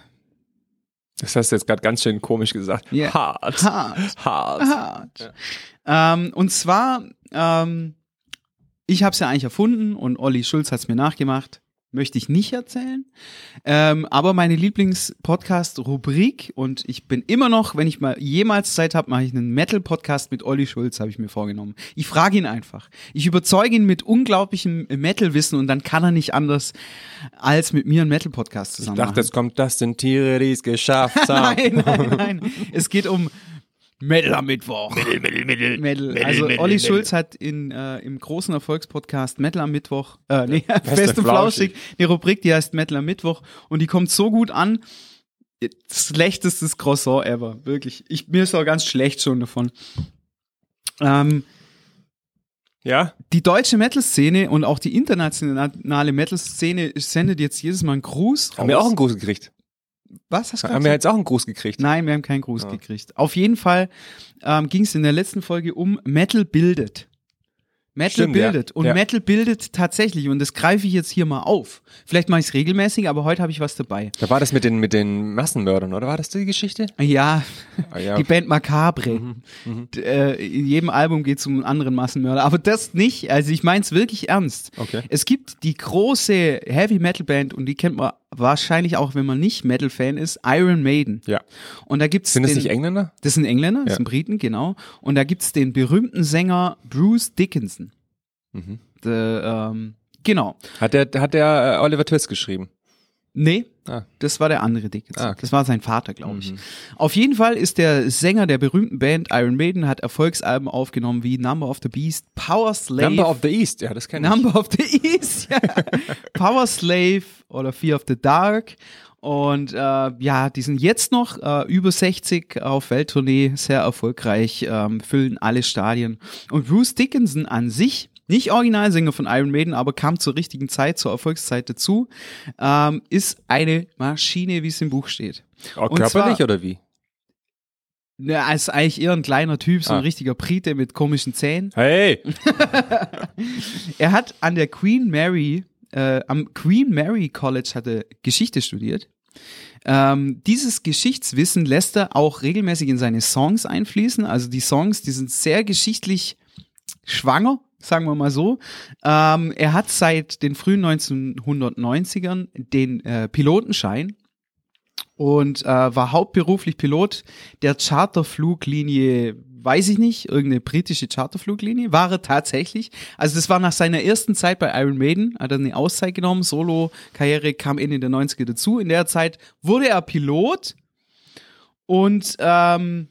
Speaker 2: Das hast du jetzt gerade ganz schön komisch gesagt.
Speaker 1: Ja.
Speaker 2: Hart.
Speaker 1: Hart.
Speaker 2: Hart.
Speaker 1: Hart. Ähm, und zwar, ähm, ich habe es ja eigentlich erfunden und Olli Schulz hat es mir nachgemacht. Möchte ich nicht erzählen. Ähm, aber meine Lieblings-Podcast-Rubrik und ich bin immer noch, wenn ich mal jemals Zeit habe, mache ich einen Metal-Podcast mit Olli Schulz, habe ich mir vorgenommen. Ich frage ihn einfach. Ich überzeuge ihn mit unglaublichem Metal-Wissen und dann kann er nicht anders, als mit mir einen Metal-Podcast
Speaker 2: Ich
Speaker 1: zusammen
Speaker 2: dachte,
Speaker 1: machen.
Speaker 2: jetzt kommt, das sind Tiere, die es geschafft haben.
Speaker 1: Nein, nein, nein. Es geht um Metal am Mittwoch. Metal, Metal, Also Olli Schulz hat in, äh, im großen Erfolgspodcast Metal am Mittwoch, äh, nee, Fest und Flauschig, eine Rubrik, die heißt Metal am Mittwoch und die kommt so gut an. Schlechtestes Croissant ever, wirklich. Ich, mir ist auch ganz schlecht schon davon. Ähm,
Speaker 2: Ja?
Speaker 1: die deutsche Metal-Szene und auch die internationale Metal-Szene sendet jetzt jedes Mal einen Gruß raus.
Speaker 2: Haben wir auch einen Gruß gekriegt?
Speaker 1: Was hast du
Speaker 2: Haben
Speaker 1: gesagt?
Speaker 2: wir jetzt auch einen Gruß gekriegt?
Speaker 1: Nein, wir haben keinen Gruß
Speaker 2: Ah.
Speaker 1: gekriegt. Auf jeden Fall ähm, ging es in der letzten Folge um Metal bildet. Metal
Speaker 2: Stimmt, ja.
Speaker 1: bildet. Und
Speaker 2: Ja.
Speaker 1: Metal bildet tatsächlich. Und das greife ich jetzt hier mal auf. Vielleicht mache ich es regelmäßig, aber heute habe ich was dabei.
Speaker 2: Da war das mit den, mit den Massenmördern, oder war das die Geschichte?
Speaker 1: Ja,
Speaker 2: Ah, ja. Mhm,
Speaker 1: die Band Macabre. D- Äh, in jedem Album geht es um einen anderen Massenmörder. Aber das nicht. Also ich meine es wirklich ernst.
Speaker 2: Okay.
Speaker 1: Es gibt die große Heavy Metal Band und die kennt man wahrscheinlich auch, wenn man nicht Metal-Fan ist, Iron Maiden.
Speaker 2: ja.
Speaker 1: Und da gibt's
Speaker 2: Sind es
Speaker 1: den-
Speaker 2: nicht Engländer?
Speaker 1: Das sind Engländer, das
Speaker 2: Ja.
Speaker 1: sind Briten, genau. Und da gibt's den berühmten Sänger Bruce Dickinson.
Speaker 2: Mhm.
Speaker 1: Der, ähm, genau.
Speaker 2: Hat der, hat der äh, Oliver Twist geschrieben?
Speaker 1: Nee,
Speaker 2: Ah.
Speaker 1: das war der andere Dickinson.
Speaker 2: Ah, okay. Mhm.
Speaker 1: Das war sein Vater, glaube ich. Auf jeden Fall ist der Sänger der berühmten Band Iron Maiden, hat Erfolgsalben aufgenommen wie Number of the Beast, Power Slave.
Speaker 2: Number of the East, ja, das kenne ich.
Speaker 1: Number of the East, ja. Power Slave oder Fear of the Dark. Und äh, ja, die sind jetzt noch äh, über 60 auf Welttournee, sehr erfolgreich, ähm, füllen alle Stadien. Und Bruce Dickinson an sich, nicht Originalsänger von Iron Maiden, aber kam zur richtigen Zeit, zur Erfolgszeit dazu, ähm, ist eine Maschine, wie es im Buch steht.
Speaker 2: Oh,
Speaker 1: Und
Speaker 2: körperlich
Speaker 1: zwar-
Speaker 2: oder wie?
Speaker 1: Na, ist eigentlich eher ein kleiner Typ, so ein
Speaker 2: Ah.
Speaker 1: richtiger Brite mit komischen Zähnen.
Speaker 2: Hey!
Speaker 1: Er hat an der Queen Mary, äh, am Queen Mary College hatte Geschichte studiert. Ähm, dieses Geschichtswissen lässt er auch regelmäßig in seine Songs einfließen. Also die Songs, die sind sehr geschichtlich schwanger, sagen wir mal so. Ähm, er hat seit den frühen 1990ern den äh, Pilotenschein und äh, war hauptberuflich Pilot der Charterfluglinie, weiß ich nicht, irgendeine britische Charterfluglinie, war er tatsächlich. Also das war nach seiner ersten Zeit bei Iron Maiden, hat er eine Auszeit genommen, Solo-Karriere kam Ende der 90er dazu. In der Zeit wurde er Pilot und ähm,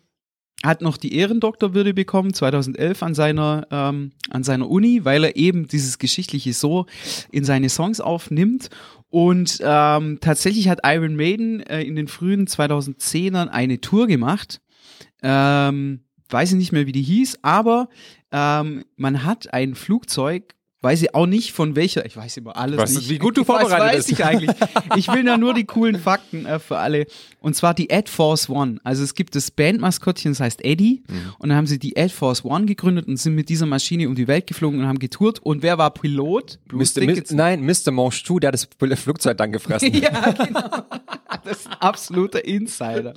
Speaker 1: hat noch die Ehrendoktorwürde bekommen 2011 an seiner ähm, an seiner Uni, weil er eben dieses geschichtliche so in seine Songs aufnimmt und ähm, tatsächlich hat Iron Maiden äh, in den frühen 2010ern eine Tour gemacht. Ähm, weiß ich nicht mehr, wie die hieß, aber ähm, man hat ein Flugzeug, weiß ich auch nicht von welcher, ich weiß immer alles
Speaker 2: Was-
Speaker 1: nicht.
Speaker 2: wie gut du
Speaker 1: Was
Speaker 2: vorbereitet
Speaker 1: weiß
Speaker 2: bist.
Speaker 1: ich eigentlich? Ich will da nur die coolen Fakten äh, für alle. Und zwar die Ad Force One. Also es gibt das Bandmaskottchen, das heißt Eddie. Und dann haben sie die Ad Force One gegründet und sind mit dieser Maschine um die Welt geflogen und haben getourt. Und wer war Pilot?
Speaker 2: Mr. Mis- Nein, Mr. Monchou, der hat das Fl- Flugzeug dann gefressen.
Speaker 1: Ja, genau. Das ist ein absoluter Insider.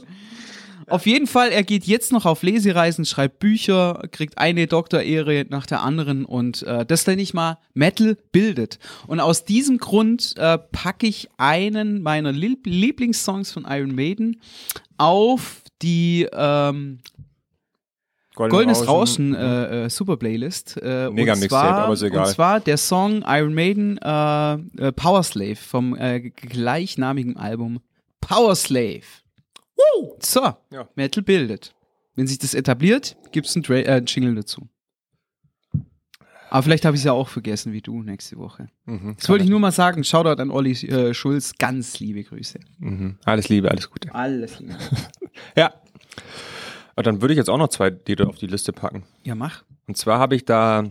Speaker 1: Auf jeden Fall, er geht jetzt noch auf Lesereisen, schreibt Bücher, kriegt eine Doktorehre nach der anderen und äh, das nenne ich mal Metal bildet. Und aus diesem Grund äh, packe ich einen meiner Lieb Lieblingssongs von Iron Maiden auf die ähm, Goldenes Rauschen äh, äh, Super Playlist. Äh,
Speaker 2: mhm. Mega
Speaker 1: und
Speaker 2: Mixtape,
Speaker 1: zwar,
Speaker 2: aber ist egal.
Speaker 1: Und zwar der Song Iron Maiden äh, äh, Power Slave vom äh, gleichnamigen Album Power Slave. So,
Speaker 2: Ja.
Speaker 1: Metal bildet. Wenn sich das etabliert, gibt es einen, Dra- äh, einen Jingle dazu. Aber vielleicht habe ich es ja auch vergessen, wie du nächste Woche.
Speaker 2: Mhm.
Speaker 1: Das wollte ich nur mal sagen. Shoutout an Olli äh, Schulz. Ganz liebe Grüße.
Speaker 2: Mhm. Alles Liebe, alles Gute.
Speaker 1: Alles Liebe.
Speaker 2: Ja. Und dann würde ich jetzt auch noch zwei Lieder auf die Liste packen.
Speaker 1: Ja, mach.
Speaker 2: Und zwar habe ich da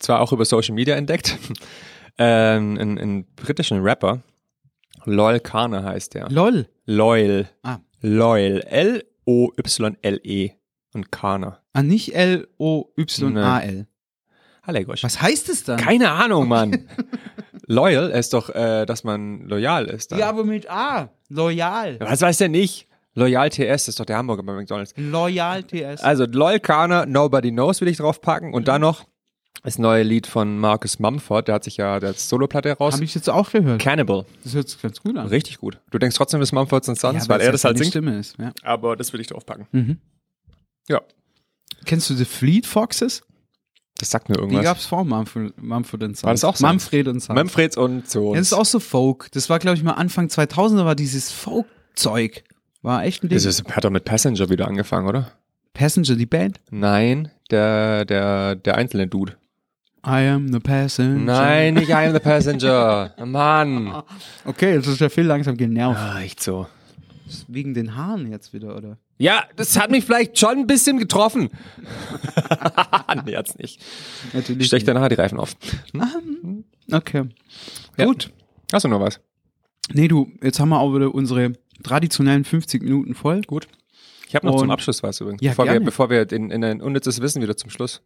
Speaker 2: zwar auch über Social Media entdeckt, ähm, einen, einen britischen Rapper, Loyal Kana heißt der.
Speaker 1: LOL.
Speaker 2: Loyal.
Speaker 1: Ah.
Speaker 2: Loyal. L-O-Y-L-E. E Und Kana.
Speaker 1: Ah, nicht L-O-Y-A-L.
Speaker 2: Hallo, Gosch.
Speaker 1: Was heißt es dann?
Speaker 2: Keine Ahnung, Mann. Loyal ist doch, äh, dass man loyal ist. Dann.
Speaker 1: Ja, aber mit A. Loyal.
Speaker 2: Was weiß der nicht? Loyal TS ist doch der Hamburger bei McDonalds.
Speaker 1: Loyal TS.
Speaker 2: Also Loyal Kana, Nobody Knows will ich draufpacken. Und dann noch das neue Lied von Marcus Mumford. Der hat sich ja der hat Soloplatte raus.
Speaker 1: Habe ich jetzt auch gehört.
Speaker 2: Cannibal.
Speaker 1: Das hört sich ganz gut an.
Speaker 2: Richtig gut. Du denkst trotzdem, es ist Mumford und Sons,
Speaker 1: Ja,
Speaker 2: weil
Speaker 1: es
Speaker 2: er das halt
Speaker 1: seine
Speaker 2: singt.
Speaker 1: Stimme ist. Ja.
Speaker 2: Aber das will ich draufpacken.
Speaker 1: Mhm.
Speaker 2: Ja,
Speaker 1: Kennst du The Fleet Foxes?
Speaker 2: das sagt mir
Speaker 1: Die
Speaker 2: irgendwas.
Speaker 1: gab's vor Mumford, Mumford Sons.
Speaker 2: War das auch so?
Speaker 1: Manfred und Sons.
Speaker 2: Manfreds und so.
Speaker 1: Ja, das ist auch so Folk. Das war, glaube ich, mal Anfang 2000er war dieses Folk-Zeug. War echt ein Ding.
Speaker 2: das ist, hat doch mit Passenger wieder angefangen, oder?
Speaker 1: Passenger, die Band?
Speaker 2: Nein, der, der, der einzelne Dude.
Speaker 1: I am the Passenger.
Speaker 2: Nein, nicht I am the Passenger. Mann.
Speaker 1: Okay, jetzt ist der Phil langsam genervt.
Speaker 2: Ah, echt so.
Speaker 1: Wegen den Haaren jetzt wieder, oder?
Speaker 2: Ja, das hat mich vielleicht schon ein bisschen getroffen. nee, hat's nicht. Ich
Speaker 1: Natürlich.
Speaker 2: stech danach die Reifen auf.
Speaker 1: Okay.
Speaker 2: Ja.
Speaker 1: Gut.
Speaker 2: Hast du noch was?
Speaker 1: Nee, du, jetzt haben wir auch wieder unsere traditionellen 50 Minuten voll.
Speaker 2: Gut. Ich habe noch
Speaker 1: Und-
Speaker 2: zum Abschluss was übrigens.
Speaker 1: Ja,
Speaker 2: bevor, wir,
Speaker 1: gerne.
Speaker 2: bevor wir in, in ein unnützes Wissen wieder zum Schluss.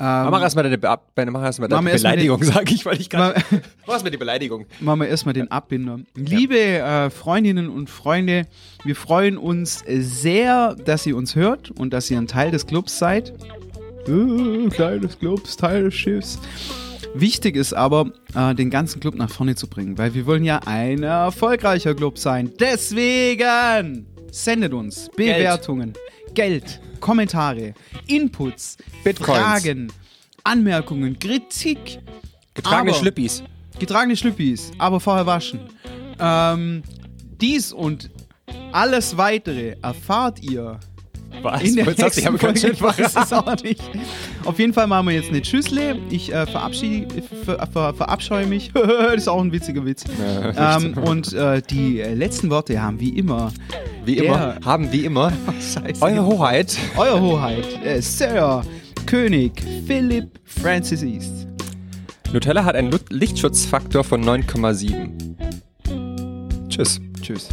Speaker 1: Ähm,
Speaker 2: Aber mach erstmal deine, Be ab- deine, mach erst mal deine
Speaker 1: Machen wir erst mal
Speaker 2: Beleidigung, sag ich, weil ich
Speaker 1: Ma-
Speaker 2: gerade. Mach erstmal die Beleidigung.
Speaker 1: Machen wir erstmal den Abbinder. Liebe äh, Freundinnen und Freunde, wir freuen uns sehr, dass ihr uns hört und dass ihr ein Teil des Clubs seid. Äh, Teil des Clubs, Teil des Schiffs. Wichtig ist aber, äh, den ganzen Club nach vorne zu bringen, weil wir wollen ja ein erfolgreicher Club sein. Deswegen sendet uns Bewertungen, Geld, Kommentare, Inputs,
Speaker 2: Bitcoins.
Speaker 1: Fragen, Anmerkungen, Kritik,
Speaker 2: Getragene
Speaker 1: Aber-
Speaker 2: Schlippis.
Speaker 1: getragene Schlüppis, aber vorher waschen. Ähm, dies und alles weitere erfahrt ihr
Speaker 2: Was?
Speaker 1: in der
Speaker 2: Jetzt hast du dich
Speaker 1: nächsten
Speaker 2: aber ganz
Speaker 1: Folge.
Speaker 2: schön
Speaker 1: Ich weiß es auch nicht. Auf jeden Fall machen wir jetzt eine Tschüssle. Ich äh, verabschiede, ver, ver, verabscheue mich. das ist auch ein witziger Witz. ähm, und äh, die äh, letzten Worte haben wie immer
Speaker 2: Wie
Speaker 1: Der-
Speaker 2: immer, haben wie immer
Speaker 1: Scheiße.
Speaker 2: Eure Hoheit.
Speaker 1: Euer Hoheit, äh, Sir, König Philipp Francis East.
Speaker 2: Nutella hat einen Lu- Lichtschutzfaktor von 9,7. Tschüss.
Speaker 1: Tschüss.